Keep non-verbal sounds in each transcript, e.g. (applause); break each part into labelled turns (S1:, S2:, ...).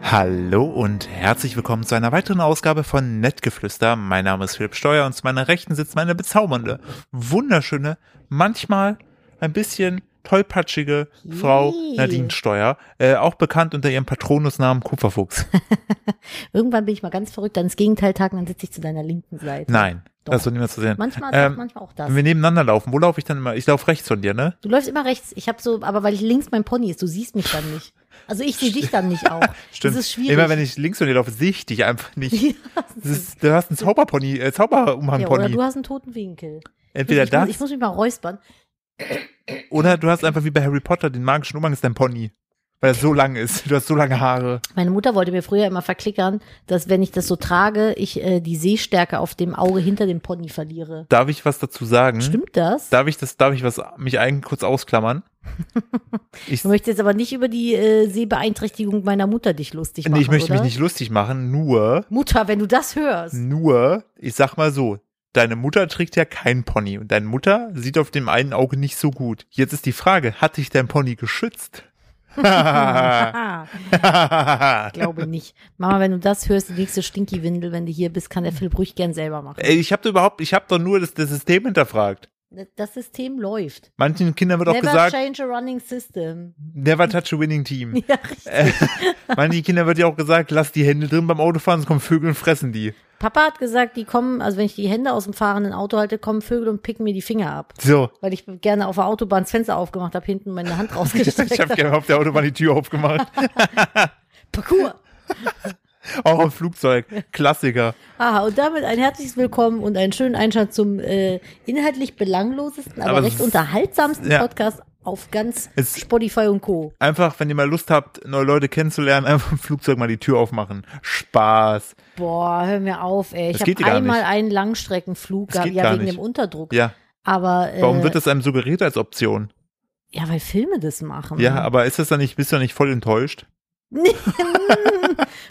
S1: Hallo und herzlich willkommen zu einer weiteren Ausgabe von Nettgeflüster. Mein Name ist Philipp Steuer und zu meiner Rechten sitzt meine bezaubernde, wunderschöne, manchmal ein bisschen tollpatschige Frau
S2: Ih.
S1: Nadine Steuer, äh, auch bekannt unter ihrem Patronusnamen
S2: (laughs)
S1: Kupferfuchs.
S2: Irgendwann bin ich mal ganz verrückt, dann ins Gegenteil tagen, dann sitze ich zu deiner linken Seite.
S1: Nein,
S2: Doch.
S1: das soll niemand zu sehen.
S2: Manchmal,
S1: Ähm,
S2: manchmal auch das.
S1: Wenn wir nebeneinander laufen, wo laufe ich dann immer? Ich laufe rechts von dir, ne?
S2: Du läufst immer rechts. Ich habe so, aber weil ich links mein Pony ist, du siehst mich dann nicht. Also ich sehe dich dann nicht auch.
S1: (laughs) Stimmt.
S2: Das ist schwierig.
S1: Immer wenn ich links von dir laufe, sehe ich dich einfach
S2: (laughs)
S1: nicht.
S2: ja,
S1: Das ist, du hast einen Zauberpony, äh, Zauberumhangpony.
S2: ja, oder du hast einen toten Winkel.
S1: Entweder
S2: ich,
S1: das
S2: Muss, ich muss mich mal räuspern.
S1: Oder du hast einfach wie bei Harry Potter den magischen Umgang ist dein Pony. Weil er so lang ist. (laughs) Du hast so lange Haare.
S2: Meine Mutter wollte mir früher immer verklickern, dass wenn ich das so trage, ich äh, die Sehstärke auf dem Auge hinter dem Pony verliere.
S1: Darf ich was dazu sagen?
S2: Stimmt das?
S1: Darf ich das, darf ich was, mich eigentlich kurz
S2: (laughs)
S1: ausklammern? Ich,
S2: Du möchtest jetzt aber nicht über die äh, Sehbeeinträchtigung meiner Mutter dich lustig machen,
S1: nee, ich möchte
S2: oder?
S1: mich nicht lustig machen, nur,
S2: Mutter, wenn du das hörst.
S1: nur, ich sag mal so, deine Mutter trägt ja keinen Pony und deine Mutter sieht auf dem einen Auge nicht so gut. Jetzt ist die Frage, hat dich dein Pony
S2: (laughs)
S1: geschützt? (laughs)
S2: Ah. glaube nicht. Mama, wenn du das hörst, die nächste Stinky-Windel, wenn du hier bist, kann der
S1: Mhm.
S2: Philipp ruhig gern selber machen.
S1: Ey, ich hab doch überhaupt, ich hab doch nur das, das System hinterfragt.
S2: Das System läuft.
S1: Manchen Kindern wird auch
S2: Never
S1: gesagt,
S2: change a running system.
S1: never touch a winning team.
S2: (laughs)
S1: Äh,
S2: Ja, richtig.
S1: Manchen Kindern wird ja auch gesagt, lass die Hände drin beim Autofahren, sonst kommen Vögel und fressen die.
S2: Papa hat gesagt, die kommen, also wenn ich die Hände aus dem fahrenden Auto halte, kommen Vögel und picken mir die Finger ab. (laughs)
S1: So.
S2: Weil ich gerne auf der Autobahn das Fenster aufgemacht habe, hinten meine
S1: (laughs)
S2: Hand
S1: Ich
S2: rausgestreckt
S1: habe
S2: habe.
S1: gerne auf der Autobahn die Tür aufgemacht.
S2: Parcours.
S1: Auch im Flugzeug. Klassiker.
S2: Aha, und damit ein herzliches Willkommen und einen schönen Einstand zum äh, inhaltlich belanglosesten, aber,
S1: Aber es
S2: recht
S1: ist-
S2: unterhaltsamsten
S1: ja.
S2: Podcast auf ganz
S1: Es-
S2: Spotify und Co.
S1: Einfach, wenn ihr mal Lust habt, neue Leute kennenzulernen, einfach im Flugzeug mal die Tür aufmachen. Spaß.
S2: Boah, hör mir auf, ey. Ich
S1: Das geht
S2: habe
S1: dir gar
S2: einmal
S1: nicht.
S2: einen Langstreckenflug
S1: Das
S2: gehabt,
S1: geht
S2: ja,
S1: gar
S2: wegen
S1: nicht.
S2: dem Unterdruck.
S1: Ja.
S2: Aber äh,
S1: Warum wird das einem suggeriert als Option?
S2: ja, weil Filme das machen. (laughs)
S1: Ja, aber ist das dann nicht, bist du dann nicht voll enttäuscht?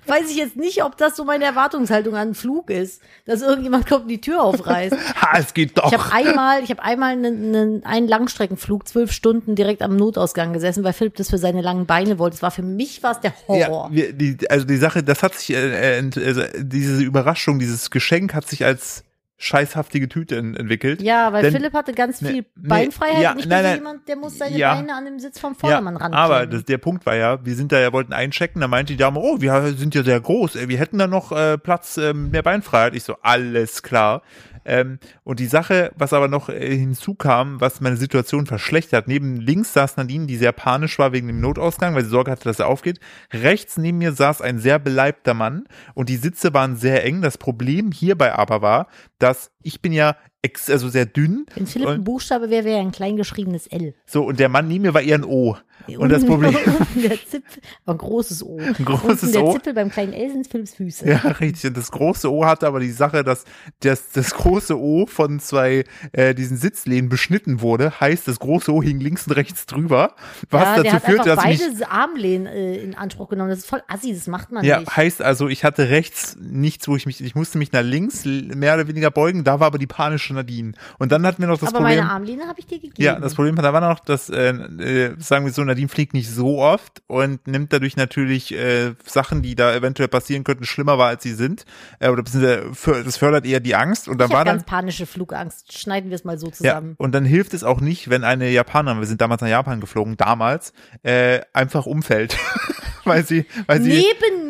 S2: Weiß ich jetzt nicht, ob das so meine Erwartungshaltung an einen Flug ist, dass irgendjemand kommt und die Tür aufreißt.
S1: Ha, es geht
S2: Ich habe
S1: doch.
S2: einmal, ich habe einmal einen, einen, einen Langstreckenflug, zwölf Stunden direkt am Notausgang gesessen, weil Philipp das für seine langen Beine wollte. Das war für mich war es der Horror.
S1: Ja, wir, die, also die Sache, das hat sich, äh, äh, ent- also diese Überraschung, dieses Geschenk hat sich als scheißhaftige Tüte en- entwickelt.
S2: Ja, weil
S1: Denn-
S2: Philipp hatte ganz viel
S1: Nee, nee,
S2: Beinfreiheit
S1: ja,
S2: und ich
S1: nein,
S2: bin so
S1: nein.
S2: jemand, der muss seine
S1: Ja.
S2: Beine an dem Sitz vom Vordermann ran.
S1: Aber das, der Punkt war ja, wir sind da ja, wollten einchecken, da meinte die Dame, oh, wir sind ja sehr groß, äh, wir hätten da noch äh, Platz, äh, mehr Beinfreiheit. Ich so, alles klar. Ähm, und die Sache, was aber noch äh, hinzukam, was meine Situation verschlechtert, neben links saß Nadine, die sehr panisch war wegen dem Notausgang, weil sie Sorge hatte, dass er aufgeht. Rechts neben mir saß ein sehr beleibter Mann und die Sitze waren sehr eng. Das Problem hierbei aber war, dass ich bin ja ex also sehr dünn.
S2: Wenn Philipp ein
S1: Und,
S2: Buchstabe wäre, wäre er ein kleingeschriebenes L.
S1: so, und der Mann neben mir war eher ein O. Und das
S2: (laughs)
S1: Problem,
S2: Unten der Zipfel, aber ein großes O. Ein
S1: großes
S2: Unten der
S1: O.
S2: Zippel beim kleinen L sind Philipps Füße.
S1: Ja, (laughs) richtig. Und das große O hatte aber die Sache, dass das, das große O von zwei äh, diesen Sitzlehnen beschnitten wurde. Heißt, das große O hing links und rechts drüber,
S2: Ja,
S1: was
S2: der
S1: dazu
S2: hat
S1: führte,
S2: einfach
S1: dass ich
S2: beide
S1: mich
S2: Armlehnen äh, in Anspruch genommen. Das ist voll assi, das macht man
S1: ja,
S2: nicht.
S1: heißt also, ich hatte rechts nichts, wo ich mich, ich musste mich nach links l- mehr oder weniger beugen, da war aber die panische Nadine. Und dann hatten wir noch das
S2: aber
S1: Problem.
S2: meine Armlehne habe ich dir gegeben.
S1: Ja, das Problem war da war noch, dass, äh, äh, sagen wir so, Nadine fliegt nicht so oft und nimmt dadurch natürlich äh, Sachen, die da eventuell passieren könnten, schlimmer war, als sie sind. Äh, oder beziehungsweise för- das fördert eher die Angst. Und dann
S2: ich
S1: war
S2: habe
S1: dann.
S2: ganz panische Flugangst. Schneiden wir es mal so
S1: Ja,
S2: zusammen.
S1: und dann hilft es auch nicht, wenn eine Japanerin, wir sind damals nach Japan geflogen, damals, äh, einfach umfällt. (laughs) weil sie, weil sie.
S2: Neben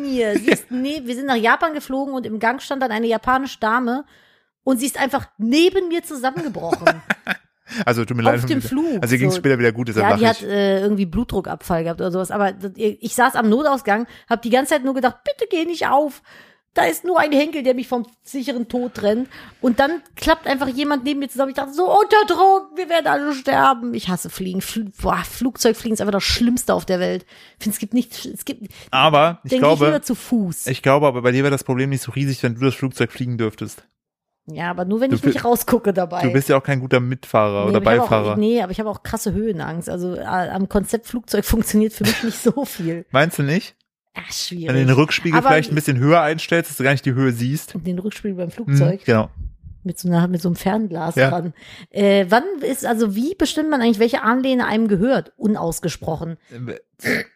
S1: (laughs)
S2: mir, sie ist ne wir sind nach Japan geflogen und im Gang stand dann eine japanische Dame und sie ist einfach neben mir zusammengebrochen.
S1: Also tut mir
S2: auf
S1: leid.
S2: dem Flug,
S1: Also ihr ging es
S2: so.
S1: später wieder gut,
S2: Ja,
S1: deshalb
S2: die
S1: lach
S2: hat
S1: ich.
S2: äh, irgendwie Blutdruckabfall gehabt oder sowas. Aber das- ich saß am Notausgang, habe die ganze Zeit nur gedacht, bitte geh nicht auf. Da ist nur ein Henkel, der mich vom sicheren Tod trennt. Und dann klappt einfach jemand neben mir zusammen. Ich dachte, so unter Druck, wir werden alle sterben. Ich hasse Fliegen. Fl boah, Flugzeugfliegen ist einfach das Schlimmste auf der Welt. Ich finde, es gibt nichts, es gibt,
S1: Aber ich
S2: denke ich
S1: glaube,
S2: lieber zu Fuß.
S1: ich glaube, aber bei dir wäre das Problem nicht so riesig, wenn du das Flugzeug fliegen dürftest.
S2: ja, aber nur wenn
S1: Du
S2: ich mich
S1: bi-
S2: rausgucke dabei.
S1: Du bist ja auch kein guter Mitfahrer
S2: Nee,
S1: oder
S2: aber ich habe
S1: Beifahrer.
S2: Auch, nee, aber ich habe auch krasse Höhenangst. Also äh, am Konzept Flugzeug (laughs) funktioniert für mich nicht so viel.
S1: Meinst du nicht?
S2: Ach,
S1: Wenn du den
S2: schwierig.
S1: Rückspiegel
S2: Aber-
S1: vielleicht ein bisschen höher einstellst, dass du gar nicht die Höhe siehst.
S2: Den, den Rückspiegel beim
S1: Mhm,
S2: Flugzeug (clears throat)
S1: genau.
S2: mit, so einer, mit so einem Fernglas
S1: Ja.
S2: dran. Äh, wann ist, also wie bestimmt man eigentlich, welche Armlehne einem gehört? Unausgesprochen.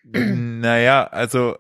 S1: naja, also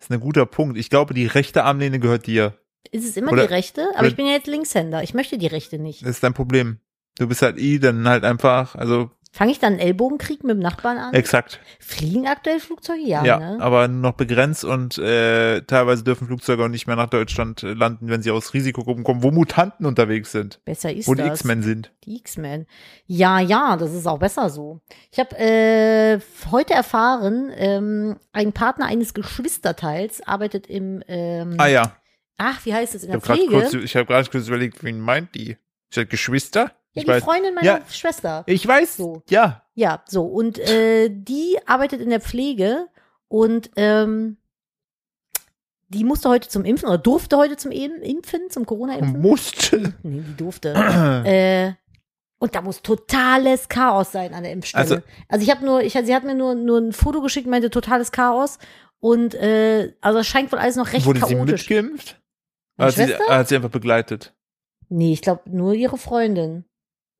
S1: ist ein guter Punkt. Ich glaube, die rechte Armlehne gehört dir.
S2: Ist es immer
S1: Oder-
S2: die rechte? Aber
S1: oder-
S2: ich bin ja jetzt Linkshänder. Ich möchte die rechte nicht.
S1: Das ist dein Problem. Du bist halt eh dann halt einfach, also
S2: Fange ich dann einen Ellbogenkrieg mit dem Nachbarn an?
S1: exakt.
S2: Fliegen aktuell Flugzeuge? Ja,
S1: Ja,
S2: ne?
S1: aber nur noch begrenzt und äh, teilweise dürfen Flugzeuge auch nicht mehr nach Deutschland äh, landen, wenn sie aus Risikogruppen kommen, wo Mutanten unterwegs sind,
S2: Besser ist
S1: wo die
S2: das.
S1: X-Men sind.
S2: Die X-Men. Ja, ja, das ist auch besser so. Ich habe äh, heute erfahren, ähm, ein Partner eines Geschwisterteils arbeitet im, ähm,
S1: Ah ja,
S2: ach, wie heißt es, in
S1: ich
S2: der
S1: habe gerade
S2: Pflege.
S1: kurz, ich hab grad kurz überlegt, wen meint die? Ist das Geschwister?
S2: ja,
S1: ich
S2: die
S1: weiß.
S2: Freundin meiner
S1: Ja.
S2: Schwester.
S1: Ich weiß.
S2: So.
S1: Ja,
S2: Ja, so. Und äh, die arbeitet in der Pflege und ähm, die musste heute zum Impfen oder durfte heute zum Im- Impfen, zum
S1: Mhm. (clears throat)
S2: Corona-Impfen.
S1: musste.
S2: Nee, die durfte. äh, und da muss totales Chaos sein an der Impfstelle. Also,
S1: Also-
S2: ich habe nur, ich, sie hat mir nur, nur ein Foto geschickt, meinte totales Chaos. Und äh, also es scheint wohl alles noch recht
S1: Wurde sie
S2: chaotisch.
S1: mitgeimpft?
S2: Meine
S1: Hat sie,
S2: Schwester?
S1: hat sie einfach begleitet.
S2: Nee, ich glaube nur ihre Freundin.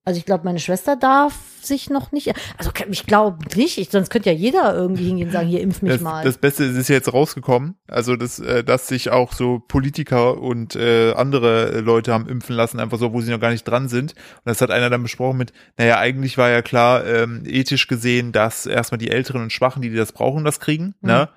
S2: Also ich glaube, meine Schwester darf sich noch nicht. Also ich glaube nicht, ich, sonst könnte ja jeder irgendwie hingehen und sagen, hier impf mich
S1: Das,
S2: mal.
S1: das Beste ist, es ist ja jetzt rausgekommen, also dass, äh, dass sich auch so Politiker und äh, andere äh, Leute haben impfen lassen, einfach so, wo sie noch gar nicht dran sind. Und das hat einer dann besprochen mit, naja, eigentlich war ja klar, ähm, ethisch gesehen, dass erstmal die Älteren und Schwachen, die, die das brauchen, das kriegen,
S2: Mhm.
S1: ne?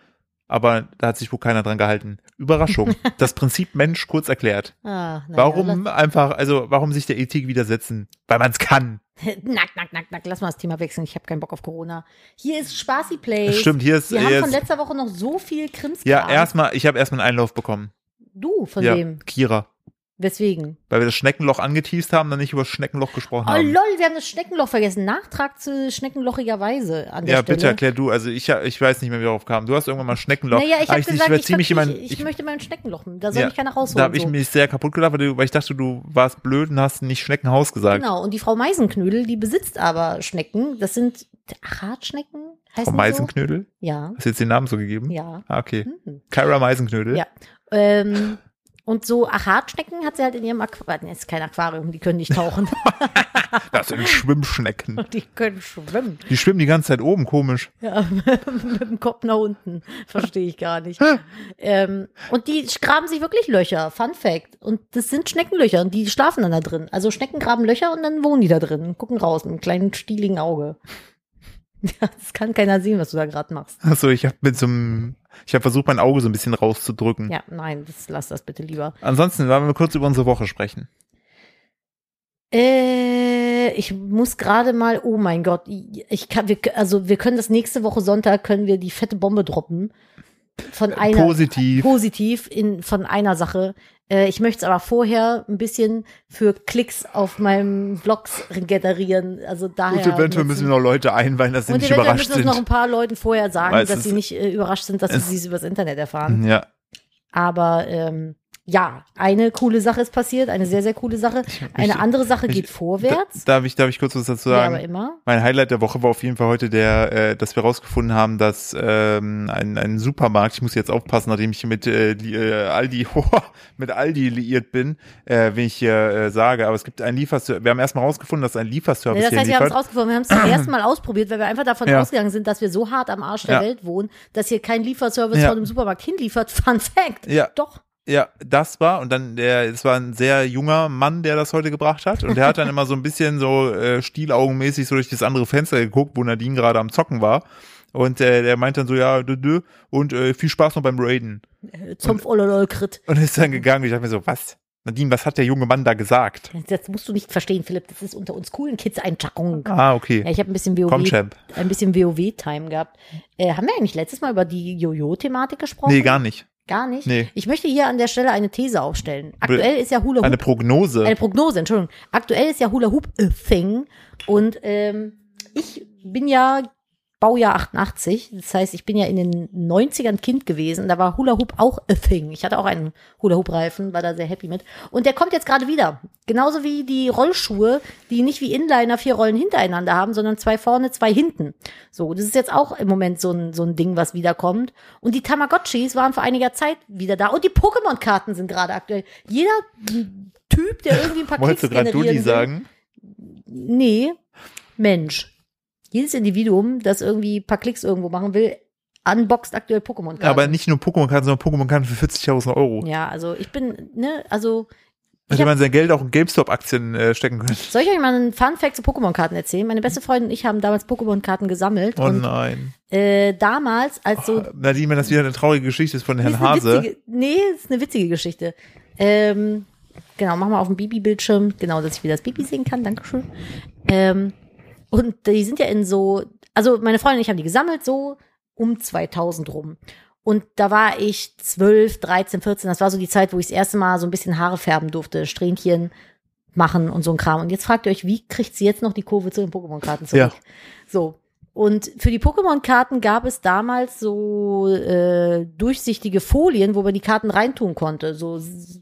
S1: Aber da hat sich wohl keiner dran gehalten.
S2: (laughs)
S1: Überraschung. das Prinzip Mensch kurz erklärt.
S2: ah, na Ja,
S1: Warum einfach, also warum sich der Ethik widersetzen? Weil man es kann.
S2: lass, (laughs) nack, nack, nack, nack, lass mal das Thema wechseln. Ich habe keinen Bock auf Corona. Hier ist Spaßi Play.
S1: Das stimmt, hier ist
S2: Wir haben
S1: jetzt,
S2: von letzter Woche noch so viel Krimskram.
S1: ja erstmal, ich habe erstmal einen Einlauf bekommen.
S2: Du, von
S1: ja,
S2: wem?
S1: Kira.
S2: Weswegen?
S1: Weil wir das Schneckenloch angeteased haben, dann nicht über das Schneckenloch gesprochen
S2: Oh
S1: haben.
S2: lol, wir haben das Schneckenloch vergessen. Nachtrag zu Schneckenlochigerweise an der
S1: Ja,
S2: Stelle.
S1: bitte erklär du. Also ich, ich weiß nicht mehr, wie wir darauf kamen. Du hast irgendwann mal Schneckenloch.
S2: Naja, ich
S1: Ah,
S2: habe gesagt,
S1: werd
S2: ich,
S1: ziemlich
S2: verzichte-
S1: jemand-
S2: ich,
S1: ich-
S2: möchte mein Schneckenloch. Da soll
S1: Ja,
S2: mich keiner rausholen.
S1: Da habe ich
S2: so.
S1: mich sehr kaputt gelacht, weil, du, weil ich dachte, du warst blöd und hast nicht Schneckenhaus gesagt.
S2: genau, und die Frau Meisenknödel, die besitzt aber Schnecken. Das sind Hartschnecken? Heißt
S1: Vom Oh, Meisenknödel?
S2: So? Ja,
S1: Hast du jetzt den Namen so gegeben?
S2: ja.
S1: Ah, okay.
S2: Mhm.
S1: Kyra Meisenknödel.
S2: Ja. Ähm, und so Achatschnecken hat sie halt in ihrem Aquarium. Nee, ist kein Aquarium, die können nicht tauchen. (laughs)
S1: Das sind Schwimmschnecken.
S2: die können schwimmen.
S1: Die schwimmen die ganze Zeit oben, komisch.
S2: Ja, (laughs) mit dem Kopf nach unten. Verstehe ich gar nicht. ähm, und die graben sich wirklich Löcher. Fun Fact. Und das sind Schneckenlöcher und die schlafen dann da drin. Also Schnecken graben Löcher und dann wohnen die da drin und gucken raus mit einem kleinen stieligen Auge. (laughs) Ja, das kann keiner sehen, was du da gerade machst.
S1: Achso, ich habe mit so einem, ich habe versucht, mein Auge so ein bisschen rauszudrücken.
S2: Ja, nein, das, lass das bitte lieber.
S1: Ansonsten, wollen wir kurz über unsere Woche sprechen.
S2: Äh, ich muss gerade mal, oh mein Gott, ich kann, wir, also wir können das nächste Woche Sonntag, können wir die fette Bombe droppen. Von einer,
S1: Äh, Positiv.
S2: positiv in, von einer Sache. Äh, ich möchte es aber vorher ein bisschen für Klicks auf meinem Blogs generieren. Also daher.
S1: Und eventuell müssen wir noch Leute einweihen, dass sie
S2: und
S1: nicht
S2: eventuell
S1: überrascht
S2: müssen wir es noch ein
S1: sind.
S2: paar Leuten vorher sagen,
S1: Weil es
S2: dass sie
S1: ist-
S2: nicht äh, überrascht sind, dass
S1: es- Mhm.
S2: sie es übers Internet erfahren.
S1: Ja,
S2: Aber ähm, ja, eine coole Sache ist passiert, eine sehr, sehr coole Sache. Eine
S1: ich-
S2: andere Sache
S1: ich-
S2: geht vorwärts.
S1: Da, darf, ich, darf ich kurz was dazu
S2: Ja, aber
S1: sagen?
S2: immer.
S1: mein Highlight der Woche war auf jeden Fall heute der, äh, dass wir rausgefunden haben, dass ähm, ein, ein Supermarkt, ich muss jetzt aufpassen, nachdem ich mit äh, li- äh, Aldi, (laughs) mit Aldi liiert bin, äh, wenn ich hier äh, sage, aber es gibt einen Lieferservice, wir haben erstmal rausgefunden, dass ein Lieferservice
S2: Ja, das
S1: hier
S2: heißt, wir haben es
S1: liefert.
S2: rausgefunden. Wir haben es zum
S1: (clears throat)
S2: ersten Mal ausprobiert, weil wir einfach davon
S1: Ja.
S2: ausgegangen sind, dass wir so hart am Arsch der
S1: Ja.
S2: Welt wohnen, dass hier kein Lieferservice
S1: Ja.
S2: von dem Supermarkt hinliefert. (laughs) Fun Fact.
S1: Ja.
S2: Doch.
S1: Ja, das war und dann der, es war ein sehr junger Mann, der das heute gebracht hat und der
S2: (laughs)
S1: hat dann immer so ein bisschen so äh, stielaugenmäßig so durch das andere Fenster geguckt, wo Nadine gerade am Zocken war und äh, der meint dann so ja dö, dö, und äh, viel Spaß noch beim Raiden
S2: Äh, Zumpf Olololkrit.
S1: und ist dann gegangen. Ich dachte mir so was Nadine, was hat der junge Mann da gesagt?
S2: Das musst du nicht verstehen, Philipp. Das ist unter uns coolen Kids ein Jargon.
S1: Ah okay,
S2: Ja, ich habe ein bisschen WoW,
S1: komm Champ.
S2: ein bisschen WoW-Time gehabt. Äh, haben wir eigentlich letztes Mal über die Jojo-Thematik gesprochen?
S1: Nee, gar nicht.
S2: Gar nicht.
S1: Nee.
S2: Ich möchte hier an der Stelle eine These aufstellen. Aktuell ist ja Hula Hoop
S1: Eine Prognose.
S2: Eine Prognose, Entschuldigung. Aktuell ist ja Hula Hoop a Thing. Und ähm, ich bin ja Baujahr 88. Das heißt, ich bin ja in den 90ern Kind gewesen. Da war Hula Hoop auch a Thing. Ich hatte auch einen Hula Hoop Reifen, war da sehr happy mit. Und der kommt jetzt gerade wieder. Genauso wie die Rollschuhe, die nicht wie Inliner vier Rollen hintereinander haben, sondern zwei vorne, zwei hinten. So, das ist jetzt auch im Moment so ein, so ein Ding, was wiederkommt. Und die Tamagotchis waren vor einiger Zeit wieder da. Und die Pokémon-Karten sind gerade aktuell. Jeder Typ, der irgendwie ein paar
S1: Wolltest du
S2: Klicks
S1: gerade Dulli
S2: generieren will,
S1: sagen?
S2: Nee, Mensch. Jedes Individuum, das irgendwie ein paar Klicks irgendwo machen will, unboxt aktuell Pokémon-Karten.
S1: Aber nicht nur Pokémon-Karten, sondern Pokémon-Karten für 40.000 Euro.
S2: Ja, also ich bin, ne, also
S1: Hätte man sein Geld auch in GameStop-Aktien äh, stecken können.
S2: soll ich euch mal einen Fun-Fact zu Pokémon-Karten erzählen? Meine beste Freundin und ich haben damals Pokémon-Karten gesammelt.
S1: Oh
S2: und
S1: nein.
S2: äh, damals, als so
S1: Nadine, wenn das wieder eine traurige Geschichte ist von Herrn
S2: Das ist eine
S1: Hase.
S2: Witzige, nee, das ist eine witzige Geschichte. Ähm, genau, mach mal auf dem Bibi-Bildschirm, genau, dass ich wieder das Bibi sehen kann, Dankeschön. Ähm, und die sind ja in so, also meine Freundin und ich haben die gesammelt, so um 2000 rum. Und da war ich 12, 13, 14, das war so die Zeit, wo ich das erste Mal so ein bisschen Haare färben durfte, Strähnchen machen und so ein Kram. Und jetzt fragt ihr euch, wie kriegt sie jetzt noch die Kurve zu den Pokémon-Karten zurück?
S1: Ja.
S2: So. Und für die Pokémon-Karten gab es damals so äh, durchsichtige Folien, wo man die Karten reintun konnte. So s-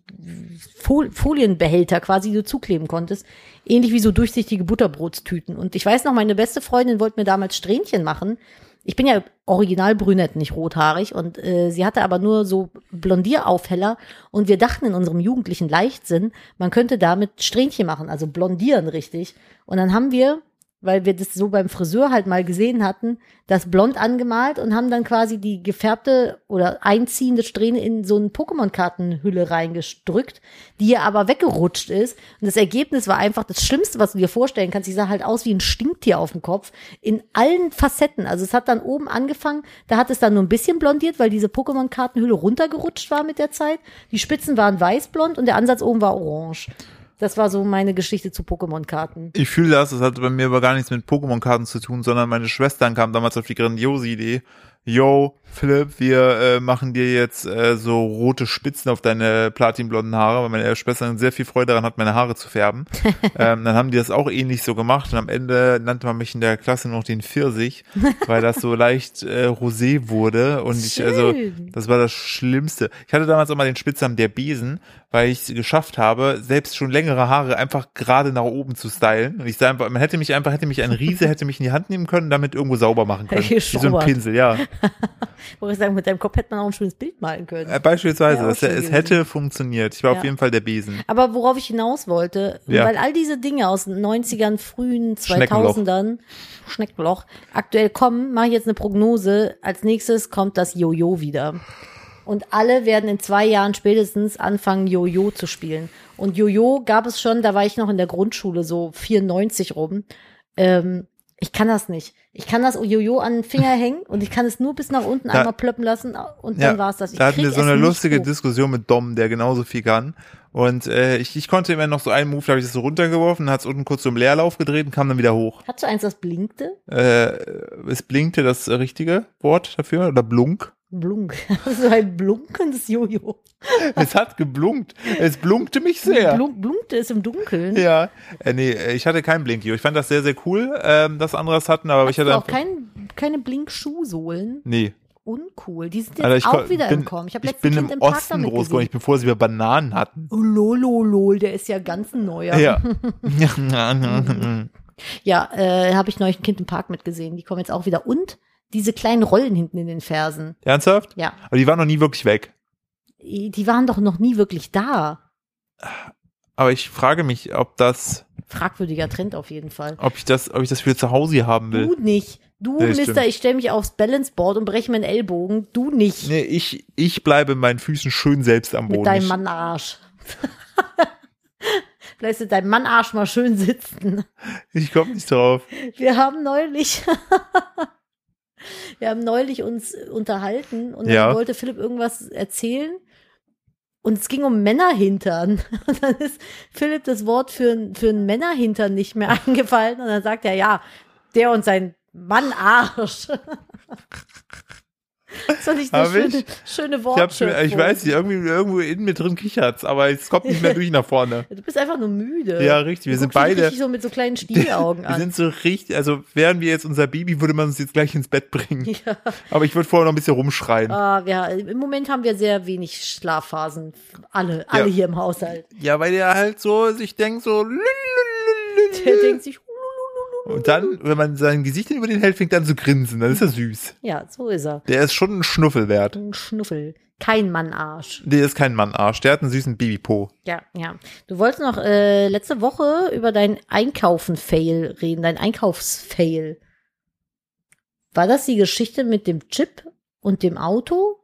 S2: Fol Folienbehälter quasi, die du zukleben konntest. Ähnlich wie so durchsichtige Butterbrotstüten. Und ich weiß noch, meine beste Freundin wollte mir damals Strähnchen machen. Ich bin ja original brünett, nicht rothaarig. Und äh, sie hatte aber nur so Blondieraufheller. Und wir dachten in unserem jugendlichen Leichtsinn, man könnte damit Strähnchen machen, also blondieren richtig. Und dann haben wir weil wir das so beim Friseur halt mal gesehen hatten, das blond angemalt und haben dann quasi die gefärbte oder einziehende Strähne in so eine Pokémon-Kartenhülle reingedrückt, die ja aber weggerutscht ist. Und das Ergebnis war einfach das Schlimmste, was du dir vorstellen kannst. Ich sah halt aus wie ein Stinktier auf dem Kopf in allen Facetten. Also es hat dann oben angefangen, da hat es dann nur ein bisschen blondiert, weil diese Pokémon-Kartenhülle runtergerutscht war mit der Zeit. Die Spitzen waren weißblond und der Ansatz oben war orange. Das war so meine Geschichte zu Pokémon-Karten.
S1: Ich fühle das, das hatte bei mir aber gar nichts mit Pokémon-Karten zu tun, sondern meine Schwestern kamen damals auf die grandiose Idee, yo, Philipp, wir äh, machen dir jetzt äh, so rote Spitzen auf deine platinblonden Haare, weil meine Schwestern sehr viel Freude daran hat, meine Haare zu
S2: (laughs)
S1: färben. ähm, dann haben die das auch ähnlich so gemacht und am Ende nannte man mich in der Klasse nur noch den Pfirsich, weil das so leicht äh, rosé wurde und ich, also,
S2: Schön.
S1: das war das Schlimmste. Ich hatte damals auch mal den Spitznamen der Besen, weil ich es geschafft habe, selbst schon längere Haare einfach gerade nach oben zu stylen. Und ich sah einfach, man hätte mich einfach, hätte mich ein Riese, hätte mich in die Hand nehmen können, und damit irgendwo sauber machen können. Wie so ein
S2: Geschrubbert.
S1: Pinsel, ja.
S2: Wo ich sagen, mit deinem Kopf hätte man auch ein schönes Bild malen können.
S1: Äh, Beispielsweise,
S2: Wär auch
S1: das,
S2: schön
S1: es
S2: gewesen.
S1: hätte funktioniert. Ich war
S2: Ja.
S1: auf jeden Fall der Besen.
S2: Aber worauf ich hinaus wollte,
S1: Ja.
S2: weil all diese Dinge aus den 90ern, frühen
S1: Schneckenloch.
S2: 2000ern, Schneckloch, aktuell kommen, mache ich jetzt eine Prognose. Als nächstes kommt das Jojo wieder. Und alle werden in zwei Jahren spätestens anfangen, Jojo zu spielen. Und Jojo gab es schon, da war ich noch in der Grundschule, so 94 rum. Ähm, ich kann das nicht. Ich kann das Jojo an
S1: (laughs)
S2: den Finger hängen und ich kann es nur bis nach unten
S1: Da-
S2: einmal plöppen lassen und
S1: Ja,
S2: dann war's das. Ich
S1: da hatten wir
S2: krieg
S1: so
S2: es
S1: eine
S2: nicht
S1: lustige
S2: hoch.
S1: Diskussion mit Dom, der genauso viel kann. Und äh, ich, ich konnte immer noch so einen Move, da habe ich das so runtergeworfen, hat es unten kurz zum Leerlauf gedreht und kam dann wieder hoch.
S2: Hattest du eins, das blinkte?
S1: Äh, es blinkte das richtige Wort dafür oder blunk.
S2: Blunk. (laughs) So ein blunkendes Jojo.
S1: Es hat geblunkt. Es blunkte mich sehr.
S2: Blunk, blunkte es im Dunkeln.
S1: Ja. Äh, nee, äh, ich hatte kein Blinkio. Ich fand das sehr, sehr cool, ähm, dass andere das hatten, aber ich
S2: Hast du
S1: hatte
S2: auch kein, keine Blink-Schuhsohlen.
S1: Nee.
S2: Uncool. Die sind jetzt
S1: Alter, ich
S2: auch
S1: ko-
S2: wieder
S1: bin,
S2: im Kommen. Ich habe
S1: ich
S2: letztens
S1: bin
S2: Kind
S1: im,
S2: im Park
S1: Osten
S2: damit
S1: groß geworden.
S2: gesehen.
S1: Ich, bevor sie wir Bananen hatten.
S2: Oh, lol, lol, lol, der ist ja ganz ein neuer.
S1: Ja.
S2: (laughs) ja äh, habe ich neulich ein Kind im Park mitgesehen. Die kommen jetzt auch wieder. Und diese kleinen Rollen hinten in den Fersen.
S1: Ernsthaft?
S2: Ja.
S1: Aber die waren noch nie wirklich weg.
S2: Die waren doch noch nie wirklich da.
S1: Aber ich frage mich, ob das,
S2: Fragwürdiger Trend auf jeden Fall.
S1: ob ich das, ob ich das für zu Hause hier haben will.
S2: Du nicht. Du,
S1: Nee,
S2: Mister,
S1: stimmt.
S2: ich stelle mich aufs Balanceboard und breche meinen Ellbogen. Du nicht.
S1: Nee, ich, ich bleibe mit meinen Füßen schön selbst am Boden.
S2: Mit deinem
S1: Ich-
S2: Mannarsch. (laughs) Lässt du deinen Mannarsch mal schön sitzen.
S1: Ich komme nicht drauf.
S2: Wir haben neulich. (laughs) wir haben neulich uns unterhalten und dann
S1: Ja.
S2: wollte Philipp irgendwas erzählen. Und es ging um Männerhintern. (laughs) Und dann ist Philipp das Wort für, ein- für einen Männerhintern nicht mehr (laughs) eingefallen. Und dann sagt er, ja, der und sein Mannarsch. (laughs) Das fand ich eine
S1: Hab ich?
S2: schöne, schöne
S1: Ich, hab's,
S2: Wortschöpfung.
S1: mir- ich weiß nicht, irgendwie, irgendwo in mir drin kichert's, aber es kommt
S2: (laughs)
S1: nicht mehr durch nach vorne.
S2: Du bist einfach nur müde.
S1: Ja, richtig. Wir
S2: Du
S1: sind
S2: guckst mich
S1: beide-
S2: Richtig so mit so
S1: (laughs)
S2: kleinen Stielaugen
S1: Wir
S2: an.
S1: sind so richtig, also wären wir jetzt unser Baby, würde man uns jetzt gleich ins Bett bringen.
S2: (laughs) Ja.
S1: Aber ich würde vorher noch ein bisschen rumschreien.
S2: Ah, wir, Im Moment haben wir sehr wenig Schlafphasen. Alle, alle hier
S1: (laughs)
S2: im Haushalt.
S1: Ja, weil der halt so sich denkt, so.
S2: (laughs) Der denkt sich,
S1: Und dann, wenn man sein Gesicht über den hält, fängt er an zu grinsen. Dann ist er süß.
S2: ja, so ist er.
S1: Der ist schon ein Schnuffel wert.
S2: Ein Schnuffel. Kein Mannarsch.
S1: Der ist kein Mannarsch. Der hat einen süßen Babypo.
S2: Ja, ja. Du wolltest noch äh, letzte Woche über dein Einkaufen-Fail reden, dein Einkaufs-Fail. War das die Geschichte mit dem Chip Und dem Auto?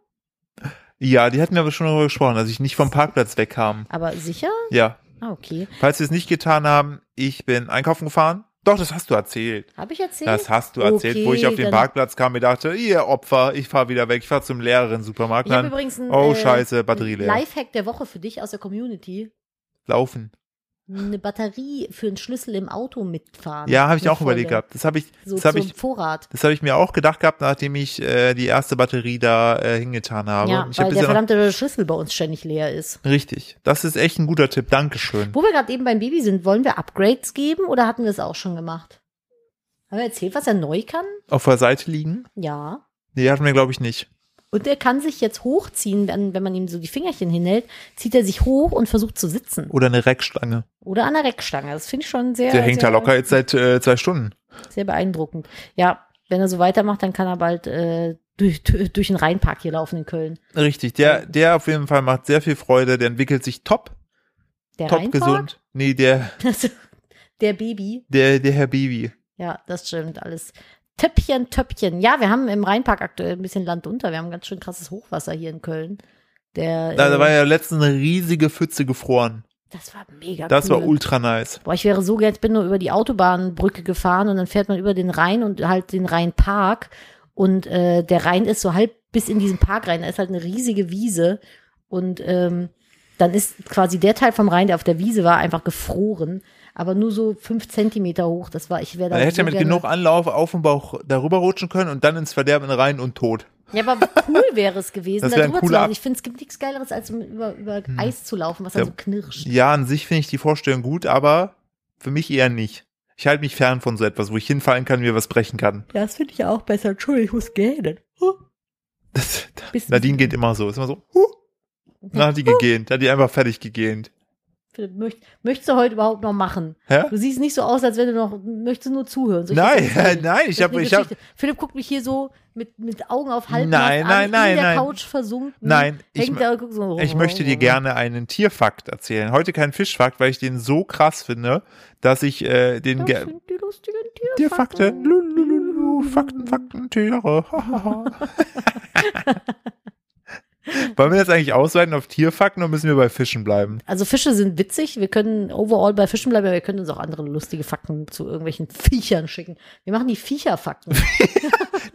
S1: Ja, die hatten wir aber schon darüber gesprochen, dass ich nicht vom Parkplatz wegkam.
S2: Aber sicher?
S1: Ja.
S2: Ah, okay.
S1: Falls wir es nicht getan haben, ich bin einkaufen gefahren. Doch, das hast du erzählt.
S2: Habe ich erzählt?
S1: Das hast du erzählt, wo ich auf den
S2: dann-
S1: Parkplatz kam, mir dachte, ihr Opfer, ich fahr wieder weg, ich fahr zum leeren Supermarkt.
S2: Ich habe
S1: Dann,
S2: übrigens äh, einen
S1: oh scheiße, Batterie leer.
S2: Lifehack der Woche für dich aus der Community.
S1: Laufen.
S2: Eine Batterie für einen Schlüssel im Auto mitfahren.
S1: Ja, habe ich
S2: Eine
S1: auch überlegt
S2: volle.
S1: gehabt. Das habe ich,
S2: So
S1: das habe
S2: zum
S1: ich,
S2: Vorrat.
S1: das habe ich mir auch gedacht gehabt, nachdem ich äh, die erste Batterie da äh, hingetan habe.
S2: ja,
S1: ich hab
S2: weil
S1: bisher
S2: der
S1: noch,
S2: verdammte Schlüssel bei uns ständig leer ist.
S1: richtig. Das ist echt ein guter Tipp. Dankeschön.
S2: Wo wir gerade eben beim Baby sind, wollen wir Upgrades geben oder hatten wir es auch schon gemacht? Haben wir erzählt, was er neu kann?
S1: Auf der Seite liegen?
S2: Ja.
S1: Nee, hatten wir glaube ich nicht.
S2: Und er kann sich jetzt hochziehen, wenn, wenn man ihm so die Fingerchen hinhält, zieht er sich hoch und versucht zu sitzen.
S1: Oder eine Reckstange.
S2: Oder an der Reckstange. Das finde ich schon sehr,
S1: Der hängt
S2: sehr,
S1: da locker jetzt seit äh, zwei Stunden.
S2: sehr beeindruckend. Ja, wenn er so weitermacht, dann kann er bald äh, durch, (laughs) durch den Rheinpark hier laufen in Köln.
S1: Richtig, der, der auf jeden Fall macht sehr viel Freude, der entwickelt sich top,
S2: Der
S1: top
S2: (laughs) Rheinpark?
S1: gesund. Nee, der,
S2: gesund. der Baby.
S1: der, der Herr Baby.
S2: Ja, das stimmt alles. Töppchen, Töppchen. Ja, wir haben im Rheinpark aktuell ein bisschen Land unter. Wir haben ganz schön krasses Hochwasser hier in Köln. Der,
S1: Da, da
S2: äh,
S1: war ja letztens eine riesige Pfütze gefroren.
S2: das war mega
S1: Das
S2: cool.
S1: war ultra nice.
S2: Boah, ich wäre so gern, ich bin nur über die Autobahnbrücke gefahren und dann fährt man über den Rhein und halt den Rheinpark. Und äh, der Rhein ist so halb bis in diesen Park rein. Da ist halt eine riesige Wiese. Und ähm, dann ist quasi der Teil vom Rhein, der auf der Wiese war, einfach gefroren. Aber nur so fünf Zentimeter hoch. Das war, ich wäre da.
S1: Man hätte
S2: so
S1: ja mit
S2: gerne-
S1: genug Anlauf auf dem Bauch darüber rutschen können und dann ins Verderben rein und tot.
S2: Ja, aber cool wäre es
S1: (laughs)
S2: gewesen,
S1: Das
S2: da
S1: wär ein
S2: drüber zu
S1: cooler
S2: laufen.
S1: Ab- Hm.
S2: Ich finde, es gibt nichts Geileres, als um über, über Eis zu laufen, was dann
S1: Ja.
S2: so knirscht.
S1: Ja, an sich finde ich die Vorstellung gut, aber für mich eher nicht. Ich halte mich fern von so etwas, wo ich hinfallen kann, mir was brechen kann. (laughs)
S2: Ja, das finde ich ja auch besser. Entschuldigung, ich muss gähnen. Huh.
S1: Das,
S2: Bisschen-
S1: Nadine geht immer so. Ist immer so, huh. Na, hat die gegähnt. Hat die einfach fertig gegähnt.
S2: Philipp, möcht, möchtest du heute überhaupt noch machen?
S1: Hä?
S2: Du siehst nicht so aus, als wenn du noch möchtest nur zuhören. Soll ich
S1: Nein,
S2: das erzählen?
S1: (laughs) nein, ich
S2: Das ist
S1: habe,
S2: eine
S1: ich habe,
S2: Geschichte. Philipp guckt mich hier so mit, mit Augen auf halb
S1: Nein,
S2: an,
S1: nein,
S2: in
S1: nein,
S2: der
S1: nein.
S2: Couch versunken.
S1: Nein, ich
S2: hängt
S1: mö-
S2: da und guckt so.
S1: Ich möchte dir gerne einen Tierfakt erzählen. Heute kein Fischfakt, weil ich den so krass finde, dass ich äh, den
S2: Das
S1: ge-
S2: sind oh, die lustigen
S1: Tierfakte.
S2: Tierfakten.
S1: Lulululu, Fakten, Fakten, Tiere. Hahaha. (laughs) Wollen wir das eigentlich ausweiten auf Tierfakten oder müssen wir bei Fischen bleiben?
S2: Also Fische sind witzig. Wir können overall bei Fischen bleiben, aber wir können uns auch andere lustige Fakten zu irgendwelchen Viechern schicken. Wir machen
S1: (laughs)
S2: die Viecherfakten.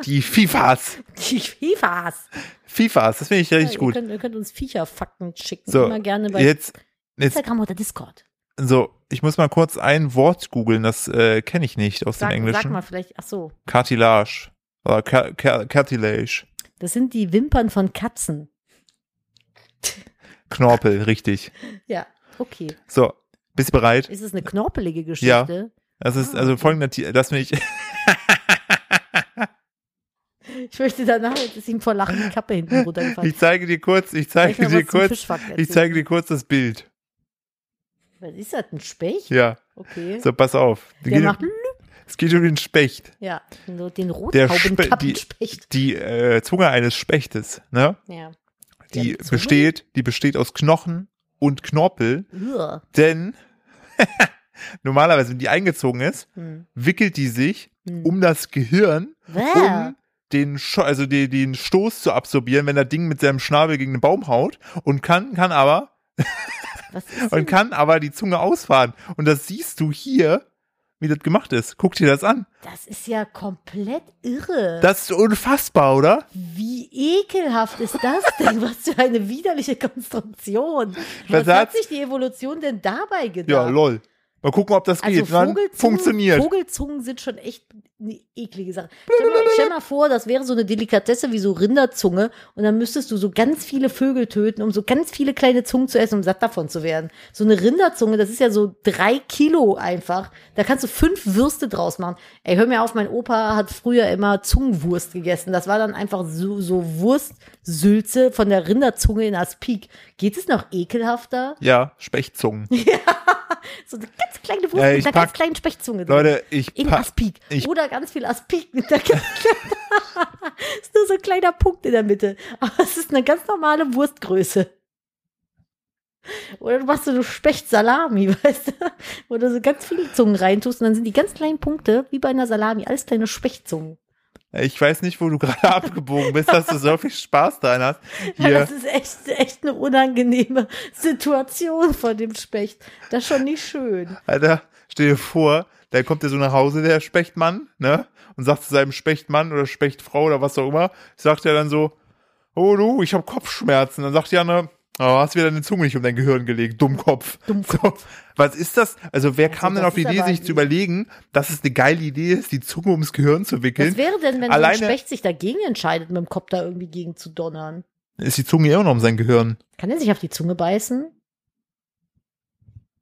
S1: Die Fifas.
S2: die Fifas.
S1: Fifas, das finde ich richtig
S2: ihr,
S1: gut.
S2: Könnt, ihr könnt uns Viecherfakten schicken.
S1: So,
S2: Immer gerne bei
S1: jetzt, jetzt,
S2: Instagram oder Discord.
S1: so, ich muss mal kurz ein Wort googeln, das äh, kenne ich nicht aus
S2: Sag,
S1: dem
S2: sag
S1: Englischen.
S2: mal vielleicht, ach so,
S1: Cartilage. Oder Car- Car- Cartilage.
S2: Das sind die Wimpern von Katzen.
S1: Knorpel, richtig.
S2: Ja. Okay.
S1: So, bist du bereit?
S2: Ist es eine knorpelige Geschichte?
S1: Das ist
S2: Ah,
S1: also
S2: okay.
S1: folgender Tier, lass mich, (laughs)
S2: Ich möchte danach, jetzt ist ihm vor Lachen die
S1: (laughs)
S2: Kappe hinten runtergefallen.
S1: ich zeige dir kurz, ich zeige dir kurz, ich zeige dir kurz das Bild.
S2: Was ist das, ein Specht?
S1: Ja,
S2: Okay.
S1: so pass auf.
S2: der
S1: Geht-
S2: macht, hm,
S1: es geht um den Specht,
S2: ja, so den
S1: Der Spe-
S2: Rothaubenkappenspecht.
S1: die äh, Zunge eines Spechtes, ne?
S2: Ja. Die
S1: Die
S2: hat eine Zunge?
S1: besteht, die besteht aus Knochen und Knorpel,
S2: Uah.
S1: denn (laughs) normalerweise, wenn die eingezogen ist,
S2: Hm.
S1: wickelt die sich
S2: Hm. Ah.
S1: um das Gehirn,
S2: Bäh.
S1: um den, Scho also die, den Stoß zu absorbieren, wenn das Ding mit seinem Schnabel gegen den Baum haut und kann, kann aber
S2: Was ist
S1: und
S2: denn?
S1: kann aber die Zunge ausfahren. Und das siehst du hier, wie das gemacht ist. Guck dir das an.
S2: Das ist ja komplett irre.
S1: Das ist unfassbar, oder?
S2: Wie ekelhaft ist das denn? Was für eine widerliche Konstruktion. Was hat
S1: hat's-
S2: sich die Evolution denn dabei gedacht?
S1: Ja, lol. Mal gucken, ob das
S2: Also
S1: geht. Dann
S2: Vogelzungen,
S1: funktioniert.
S2: Vogelzungen sind schon echt eine eklige Sache. Stell mal, stell mal vor, das wäre so eine Delikatesse wie so Rinderzunge und dann müsstest du so ganz viele Vögel töten, um so ganz viele kleine Zungen zu essen, um satt davon zu werden. So eine Rinderzunge, das ist ja so drei Kilo einfach. Da kannst du fünf Würste draus machen. Ey, hör mir auf, mein Opa hat früher immer Zungenwurst gegessen. Das war dann einfach so, so Wurstsülze von der Rinderzunge in Aspik. Geht es noch ekelhafter?
S1: ja,
S2: (laughs)
S1: Spechtzungen.
S2: So eine ganz kleine Wurst
S1: Ja, ich
S2: mit einer
S1: pack-
S2: ganz kleinen Spechtzunge drin.
S1: Leute, ich
S2: In
S1: pa-
S2: Aspik.
S1: ich-
S2: Oder ganz viel Aspik mit der (laughs) ganz ist nur so ein kleiner Punkt in der Mitte. Aber es ist eine ganz normale Wurstgröße. Oder du machst so eine Spechtsalami, (laughs) weißt du? Wo du so ganz viele Zungen reintust und dann sind die ganz kleinen Punkte, wie bei einer Salami, alles kleine Spechtzungen. (laughs)
S1: Ich weiß nicht, wo du (laughs) gerade abgebogen bist, dass du so viel Spaß daran hast.
S2: Ja,
S1: Hier,
S2: das ist echt, echt eine unangenehme Situation von dem Specht. Das ist schon nicht schön.
S1: Alter, stell dir vor, da kommt der so nach Hause, der Spechtmann, ne? Und sagt zu seinem Spechtmann oder Spechtfrau oder was auch immer, sagt er dann so, oh du, ich habe Kopfschmerzen. Dann sagt die andere, oh, hast wieder deine Zunge nicht um dein Gehirn gelegt, Dummkopf. (laughs) Dummkopf. So, was ist das? Also wer kam denn
S2: das
S1: auf die
S2: ist
S1: Idee,
S2: aber
S1: sich
S2: ein-
S1: zu überlegen, dass es eine geile Idee ist, die Zunge ums Gehirn zu
S2: Was
S1: wickeln?
S2: wäre denn, wenn
S1: Alleine-
S2: so ein Specht sich dagegen entscheidet, mit dem Kopf da irgendwie gegen zu donnern?
S1: Ist die Zunge immer noch um sein Gehirn?
S2: Kann er sich auf die Zunge beißen?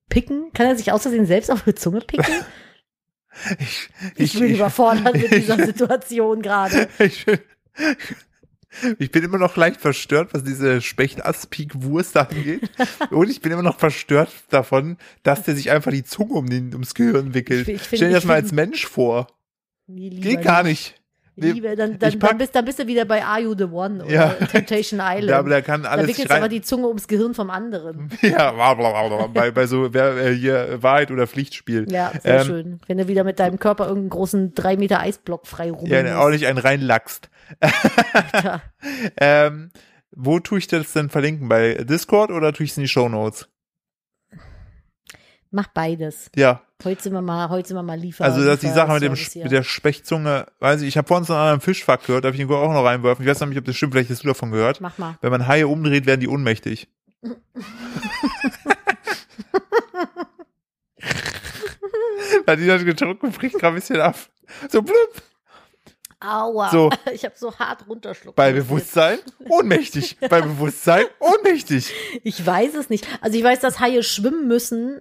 S2: Picken? Kann er sich aus Versehen selbst auf die Zunge
S1: (laughs)
S2: picken?
S1: Ich,
S2: Ich, bin überfordert
S1: (laughs)
S2: mit dieser Situation gerade.
S1: Ich, (laughs) ich bin immer noch leicht verstört, was diese Specht-Aspik-Wurst angeht. Und ich bin immer noch verstört davon, dass der sich einfach die Zunge um den, ums Gehirn wickelt.
S2: Ich- ich find-
S1: Stell dir das
S2: ich
S1: mal
S2: find-
S1: als Mensch vor.
S2: Nee, lieber
S1: Geht gar nicht. Nee,
S2: Lieber, dann, dann,
S1: ich pack-
S2: dann, bist, dann bist du wieder bei Are You the One oder
S1: Ja.
S2: (laughs) Temptation Island.
S1: Ja, aber der kann
S2: da
S1: alles Mhm.
S2: wickelst du aber
S1: rein.
S2: die Zunge ums Gehirn vom anderen.
S1: Ja, bla, bla, bla, bla, bei, bei so wer, äh, hier Wahrheit oder Pflichtspiel.
S2: Ja, sehr
S1: Ähm,
S2: schön. Wenn du wieder mit deinem Körper irgendeinen großen 3 Meter Eisblock frei
S1: Ja,
S2: rummelst.
S1: ne, auch nicht einen reinlaxt.
S2: Alter.
S1: Ähm, wo tue ich das denn verlinken? Bei Discord oder tue ich es in die Shownotes?
S2: Mach beides.
S1: Ja,
S2: Heute sind wir mal, heute sind wir mal liefern.
S1: Also, dass die Sache mit, dem,
S2: Service hier.
S1: mit der Spechzunge, weiß ich, ich habe vorhin so einen anderen Fischfuck gehört, darf ich den auch noch reinwerfen? Ich weiß noch nicht, ob das stimmt, vielleicht hast du davon gehört.
S2: Mach mal.
S1: Wenn man Haie umdreht, werden die ohnmächtig. Hat die das gedruckt und bricht gerade ein bisschen ab. So blub,
S2: Aua. (laughs)
S1: So.
S2: Ich habe so hart runterschluckt.
S1: bei Bewusstsein ohnmächtig, bei Bewusstsein ohnmächtig.
S2: Ich weiß es nicht. Also ich weiß, dass Haie schwimmen müssen,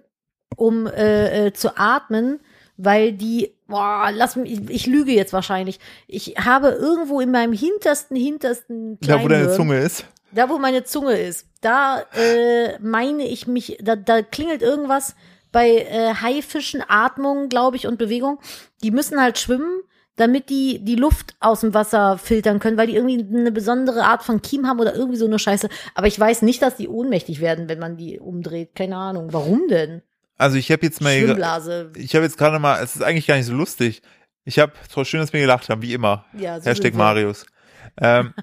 S2: um äh, äh, zu atmen, weil die, boah, lass mich, ich, ich lüge jetzt wahrscheinlich. Ich habe irgendwo in meinem hintersten, hintersten
S1: Da, wo deine
S2: Kleinhirn-
S1: Zunge ist.
S2: da wo meine Zunge ist, da äh, meine ich mich, da, da klingelt irgendwas bei äh, Haifischen, Atmung, glaube ich, und Bewegung. Die müssen halt schwimmen, damit die die Luft aus dem Wasser filtern können, weil die irgendwie eine besondere Art von Kiem haben oder irgendwie so eine Scheiße. Aber ich weiß nicht, dass die ohnmächtig werden, wenn man die umdreht. Keine Ahnung. Warum denn?
S1: Also, ich habe jetzt mal.
S2: Schwimmblase.
S1: Ich habe jetzt gerade mal, es ist eigentlich gar nicht so lustig. Ich habe, es war schön, dass wir gelacht haben, wie immer.
S2: Ja, so
S1: Hashtag
S2: sind wir.
S1: Marius.
S2: (laughs)
S1: Ähm,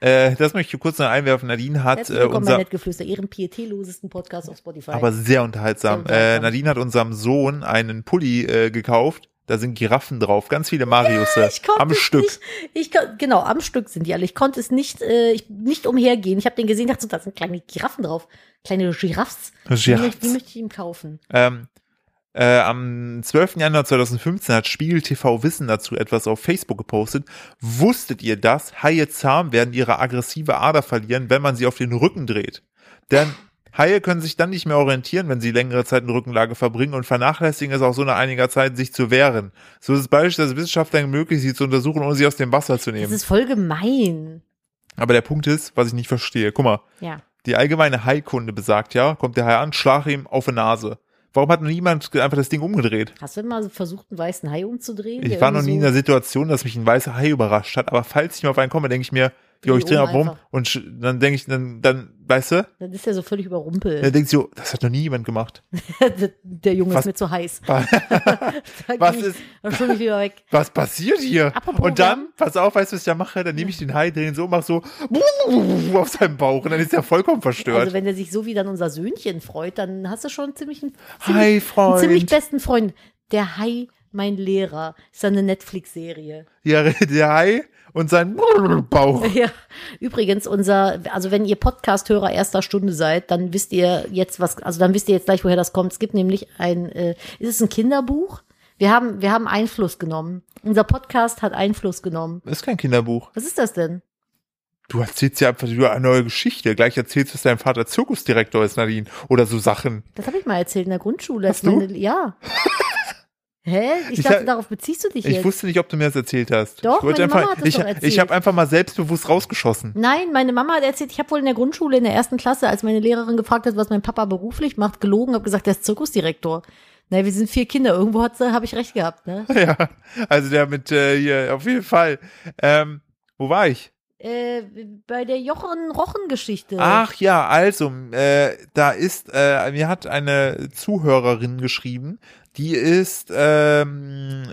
S1: äh, das möchte ich kurz noch einwerfen. Nadine hat
S2: Herzlich
S1: äh,
S2: willkommen bei
S1: unser,
S2: Nettgeflüster, ihren pietätlosesten Podcast auf Spotify.
S1: aber sehr unterhaltsam.
S2: Sehr unterhaltsam.
S1: Äh, Nadine hat unserem Sohn einen Pulli äh, gekauft. Da sind Giraffen drauf, ganz viele Marius äh,
S2: Ich konnte
S1: am
S2: es
S1: Stück.
S2: Nicht, ich, kon- genau, am Stück sind die alle. Ich konnte es nicht, äh, ich, nicht umhergehen. Ich habe den gesehen, dachte so, da sind kleine Giraffen drauf. Kleine Giraffs. Die,
S1: Giraffen.
S2: möchte- die möchte ich ihm kaufen.
S1: Ähm, äh, am 12. Januar 2015 hat Spiegel TV Wissen dazu etwas auf Facebook gepostet. Wusstet ihr das? Haie zahm werden ihre aggressive Ader verlieren, wenn man sie auf den Rücken dreht. Denn Haie können sich dann nicht mehr orientieren, wenn sie längere Zeit in Rückenlage verbringen und vernachlässigen es auch so nach einiger Zeit, sich zu wehren. So ist es beispielsweise Wissenschaftlern möglich, sie zu untersuchen, ohne sie aus dem Wasser zu
S2: Das
S1: nehmen.
S2: ist voll gemein.
S1: Aber der Punkt ist, was ich nicht verstehe. Guck mal,
S2: Ja.
S1: die allgemeine Haikunde besagt ja, kommt der Hai an, schlag ihm auf die Nase. Warum hat noch niemand einfach das Ding umgedreht?
S2: Hast du mal so versucht, einen weißen Hai umzudrehen?
S1: Ich
S2: Der
S1: war noch nie
S2: irgendwie
S1: in
S2: so-
S1: der Situation, dass mich ein weißer Hai überrascht hat, aber falls ich mal auf einen komme, denke ich mir, jo, ich
S2: Die
S1: drehe
S2: oben
S1: mal rum
S2: einfach.
S1: und sch- dann denke ich, dann, dann, weißt du,
S2: Dann ist er so völlig überrumpelt. (laughs)
S1: dann denkst du, das hat noch nie jemand gemacht.
S2: der Junge
S1: Was-
S2: ist mir zu heiß. Da
S1: Was
S2: ging ich-
S1: ist,
S2: Da schon ich wieder weg.
S1: (laughs) was passiert hier?
S2: Apropos,
S1: und
S2: wir
S1: dann, pass auf, weißt du, was ich da mache? Dann nehme ich den Hai, drehe ihn so, mach so (laughs) auf seinem Bauch und dann ist er vollkommen
S2: Also
S1: verstört.
S2: wenn er sich so wie dann unser Söhnchen freut, dann hast du schon ziemlich einen, ziemlich,
S1: Hi,
S2: einen ziemlich
S1: Freund.
S2: besten Freund. Der Hai, mein Lehrer, ist dann eine Netflix-Serie.
S1: Ja, der Hai und sein (laughs) Bauch.
S2: (laughs) Ja, übrigens, unser, also wenn ihr Podcast-Hörer erster Stunde seid, dann wisst ihr jetzt was, also dann wisst ihr jetzt gleich, woher das kommt. Es gibt nämlich ein, äh, ist es ein Kinderbuch? Wir haben, wir haben Einfluss genommen. Unser Podcast hat Einfluss genommen.
S1: Das ist kein Kinderbuch.
S2: Was ist das denn?
S1: Du erzählst ja einfach über eine neue Geschichte. Gleich erzählst du, dass dein Vater Zirkusdirektor ist, Nadine. Oder so Sachen.
S2: Das habe ich mal erzählt in der Grundschule.
S1: Hast
S2: Das
S1: du?
S2: ist
S1: (laughs)
S2: meine- ja. Hä? Ich,
S1: Ich
S2: dachte,
S1: hab-
S2: darauf beziehst du dich
S1: Ich
S2: jetzt.
S1: wusste nicht, ob du mir das erzählt hast.
S2: Doch,
S1: ich wollte
S2: meine
S1: einfach,
S2: Mama hat das
S1: ich,
S2: doch erzählt.
S1: Ich habe einfach mal selbstbewusst rausgeschossen. (laughs)
S2: Nein, meine Mama hat erzählt, ich habe wohl in der Grundschule in der ersten Klasse, als meine Lehrerin gefragt hat, was mein Papa beruflich macht, gelogen, habe gesagt, der ist Zirkusdirektor. Na, wir sind vier Kinder. Irgendwo hat sie- habe ich recht gehabt, ne?
S1: Ja, also der mit äh, hier, auf jeden Fall. Ähm, wo war ich?
S2: Äh, bei der Jochen-Rochen-Geschichte.
S1: Ach ja, also, äh, da ist, äh, mir hat eine Zuhörerin geschrieben, Die ist ähm,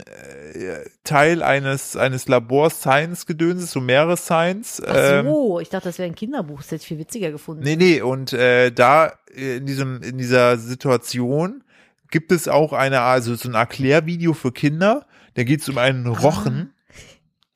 S1: äh, Teil eines eines Labors Science Gedönses, so Meeres Science.
S2: Ach
S1: ähm,
S2: so, ich dachte, das wäre ein Kinderbuch. Das hätte ich viel witziger gefunden.
S1: Nee, nee, und äh, da äh, in diesem in dieser Situation gibt es auch eine also so ein Erklärvideo für Kinder, da geht es um einen
S2: Ah.
S1: Rochen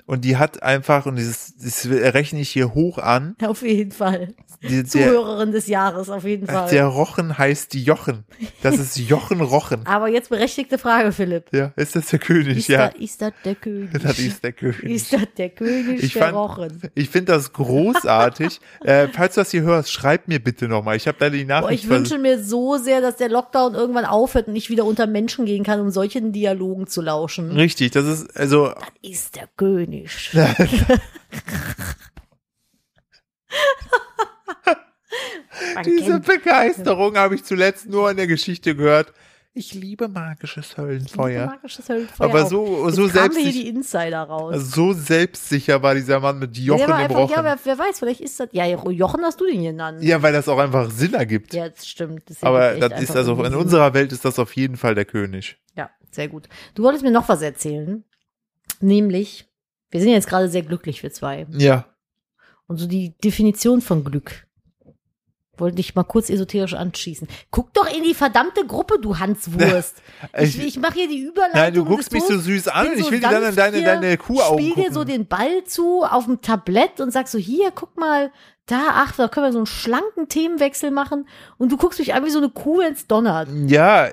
S1: und die hat einfach und dieses das rechne ich hier hoch an.
S2: (laughs) Auf jeden Fall.
S1: Die, der,
S2: Zuhörerin des Jahres, auf jeden Fall.
S1: der Rochen heißt Jochen. Das ist Jochen
S2: (laughs)
S1: Rochen.
S2: Aber jetzt berechtigte Frage, Philipp.
S1: Ja, ist das der König,
S2: Ist,
S1: ja.
S2: da, ist das der König?
S1: (laughs) Das ist
S2: (laughs)
S1: der König.
S2: Ist das der König
S1: Ich
S2: der
S1: fand-
S2: Rochen?
S1: Ich finde das
S2: (laughs)
S1: großartig. äh, falls du das hier hörst, schreib mir bitte nochmal. Ich habe leider die
S2: Boah,
S1: Nachricht
S2: ich wünsche mir so sehr, dass der Lockdown irgendwann aufhört und ich wieder unter Menschen gehen kann, um solchen Dialogen zu lauschen.
S1: Richtig, das ist, also,
S2: Ist der
S1: (laughs)
S2: König. Man
S1: diese
S2: kennt-
S1: Begeisterung habe ich zuletzt nur in der Geschichte gehört. Ich liebe magisches Höllenfeuer.
S2: Magisches Höllenfeuer
S1: Aber
S2: auch.
S1: so, so,
S2: Jetzt kamen wir hier
S1: selbstsich,
S2: die Insider raus.
S1: so selbstsicher war dieser Mann mit Jochen
S2: der war
S1: im
S2: einfach, ja,
S1: Rochen.
S2: wer, wer weiß, vielleicht ist das. Ja, Jochen hast du den genannt.
S1: Ja, weil das auch einfach Sinn ergibt.
S2: Ja, das stimmt. Das
S1: Aber
S2: ergibt echt
S1: das ist
S2: einfach
S1: also, in
S2: irgendwie Sinn.
S1: unserer Welt ist das auf jeden Fall der König.
S2: Ja, sehr gut. Du wolltest mir noch was erzählen. Nämlich, wir sind jetzt gerade sehr glücklich, wir zwei.
S1: Ja.
S2: Und so die Definition von Glück. Wollte dich mal kurz esoterisch anschießen. Guck doch in die verdammte Gruppe,
S1: (laughs)
S2: du Hanswurst. ich ich mache hier die Überleitung.
S1: Nein, du guckst
S2: des
S1: mich so
S2: Todes,
S1: süß an.
S2: bin
S1: Ich
S2: so
S1: will dir dann in
S2: sanft
S1: deine,
S2: hier,
S1: deine Kuhaugen
S2: spiel dir
S1: gucken.
S2: so den Ball zu auf dem Tablett und sagst so, hier, guck mal, da, ach, da können wir so einen schlanken Themenwechsel machen. Und du guckst mich an wie so eine Kuh, wenn's donnert.
S1: ja,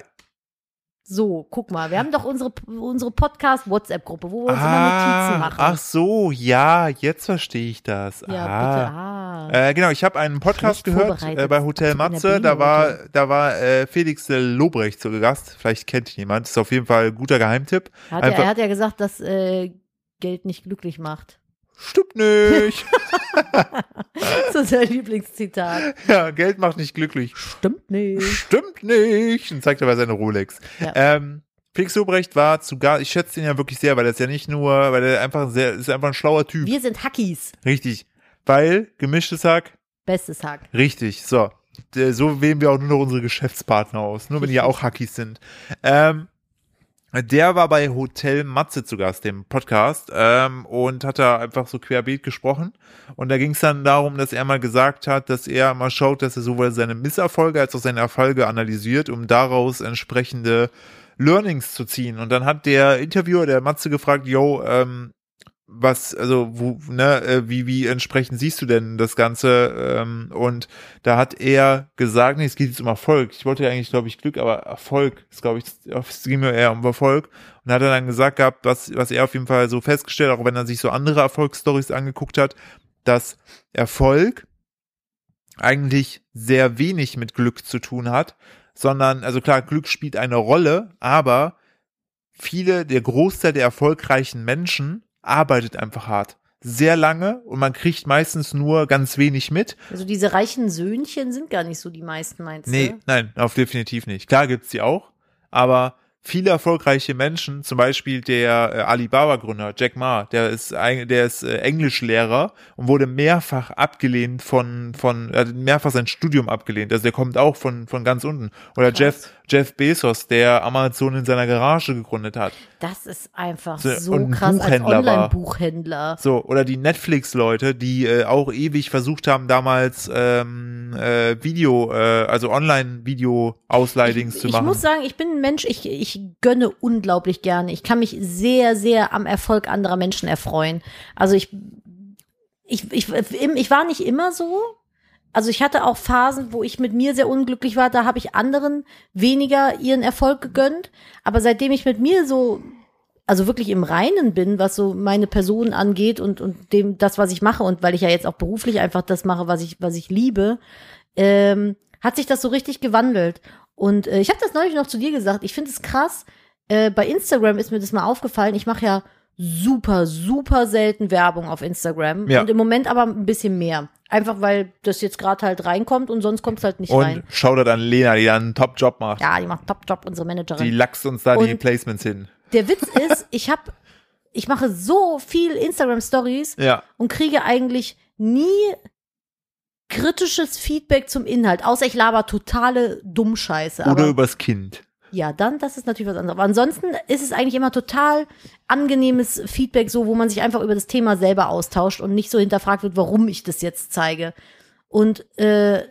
S2: So, guck mal, wir haben doch unsere, unsere Podcast-WhatsApp-Gruppe, wo wir
S1: Ah,
S2: uns immer Notizen machen.
S1: Ach so, ja, jetzt verstehe ich das.
S2: ja,
S1: ah.
S2: bitte. Ah.
S1: Äh, genau, ich habe einen Podcast
S2: Schlecht
S1: gehört
S2: vorbereitet.
S1: äh, bei Hotel
S2: Als ob in der
S1: Matze. Da
S2: Bibel
S1: war, da war äh, Felix äh, Lobrecht zu Gast. Vielleicht kennt ihn jemand. Ist auf jeden Fall ein guter Geheimtipp.
S2: Hat er,
S1: einfach-
S2: er hat ja gesagt, dass äh, Geld nicht glücklich macht. (laughs)
S1: Stimmt nicht.
S2: Das ist sein Lieblingszitat.
S1: ja, Geld macht nicht glücklich.
S2: Stimmt nicht.
S1: Stimmt nicht. Und zeigt dabei seine Rolex.
S2: Hm. Ja.
S1: Ähm, Felix Lobrecht war zu Gast. Ich schätze ihn ja wirklich sehr, weil er ist ja nicht nur, weil er einfach sehr, ist einfach ein schlauer Typ.
S2: Wir sind Hackies.
S1: Richtig. Weil gemischtes Hack
S2: Bestes Hack.
S1: Richtig, so. D- So wählen wir auch nur noch unsere Geschäftspartner aus, nur wenn die ja auch Hackies sind. Ähm, der war bei Hotel Matze zu Gast, dem Podcast, ähm, und hat da einfach so querbeet gesprochen. Und da ging es dann darum, dass er mal gesagt hat, dass er mal schaut, dass er sowohl seine Misserfolge als auch seine Erfolge analysiert, um daraus entsprechende Learnings zu ziehen. Und dann hat der Interviewer, der Matze, gefragt, yo, ähm, was, also, wo, ne, äh, wie, wie entsprechend siehst du denn das Ganze? Ähm, und da hat er gesagt, nee, es geht jetzt um Erfolg. Ich wollte ja eigentlich, glaube ich, Glück, aber Erfolg ist, glaube ich, es ging mir eher um Erfolg. Und hat er dann gesagt gehabt, was, was er auf jeden Fall so festgestellt, auch wenn er sich so andere Erfolgsstories angeguckt hat, dass Erfolg eigentlich sehr wenig mit Glück zu tun hat, sondern, also klar, Glück spielt eine Rolle, aber viele, der Großteil der erfolgreichen Menschen arbeitet einfach hart. Sehr lange und man kriegt meistens nur ganz wenig mit.
S2: Also diese reichen Söhnchen sind gar nicht so die meisten, meinst
S1: Nee,
S2: du?
S1: nein, auf definitiv nicht. Klar gibt's die auch, aber viele erfolgreiche Menschen, zum Beispiel der äh, Alibaba-Gründer Jack Ma, der ist, ein, der ist äh, Englischlehrer und wurde mehrfach abgelehnt von, von, er hat mehrfach sein Studium abgelehnt. Also der kommt auch von, von ganz unten. Oder
S2: Krass.
S1: Jeff, Jeff Bezos, der Amazon in seiner Garage gegründet hat.
S2: Das ist einfach
S1: So,
S2: so,
S1: und ein
S2: krass als
S1: Buchhändler war.
S2: Online-Buchhändler.
S1: So, oder die Netflix-Leute, die äh, auch ewig versucht haben, damals ähm, äh, Video, äh, also Online-Video-Ausleidings zu
S2: ich
S1: machen.
S2: muss sagen, ich bin ein Mensch, ich, ich gönne unglaublich gerne. Ich kann mich sehr, sehr am Erfolg anderer Menschen erfreuen. Also ich, ich, ich, ich war nicht immer so. Also ich hatte auch Phasen, wo ich mit mir sehr unglücklich war. Da habe ich anderen weniger ihren Erfolg gegönnt. Aber seitdem ich mit mir so, also wirklich im Reinen bin, was so meine Person angeht und, und dem, das, was ich mache und weil ich ja jetzt auch beruflich einfach das mache, was ich, was ich liebe, ähm, hat sich das so richtig gewandelt. Und äh, ich habe das neulich noch zu dir gesagt. Ich finde es krass. Äh, bei Instagram ist mir das mal aufgefallen. Ich mache ja super, super selten Werbung auf Instagram.
S1: Ja.
S2: Und im Moment aber ein bisschen mehr. Einfach weil das jetzt gerade halt reinkommt und sonst kommt es halt nicht
S1: Und
S2: rein.
S1: Shoutout an Lena, die da einen Top-Job macht.
S2: Ja, die macht Top-Job, unsere Managerin.
S1: Die laxt uns da die
S2: Und-
S1: Placements hin.
S2: Der Witz ist, ich habe, ich mache so viel Instagram-Stories
S1: Ja.
S2: und kriege eigentlich nie kritisches Feedback zum Inhalt, außer ich laber totale Dummscheiße.
S1: Oder
S2: Aber
S1: übers Kind.
S2: Ja, dann, das ist natürlich was anderes. Aber ansonsten ist es eigentlich immer total angenehmes Feedback, so wo man sich einfach über das Thema selber austauscht und nicht so hinterfragt wird, warum ich das jetzt zeige. Und äh,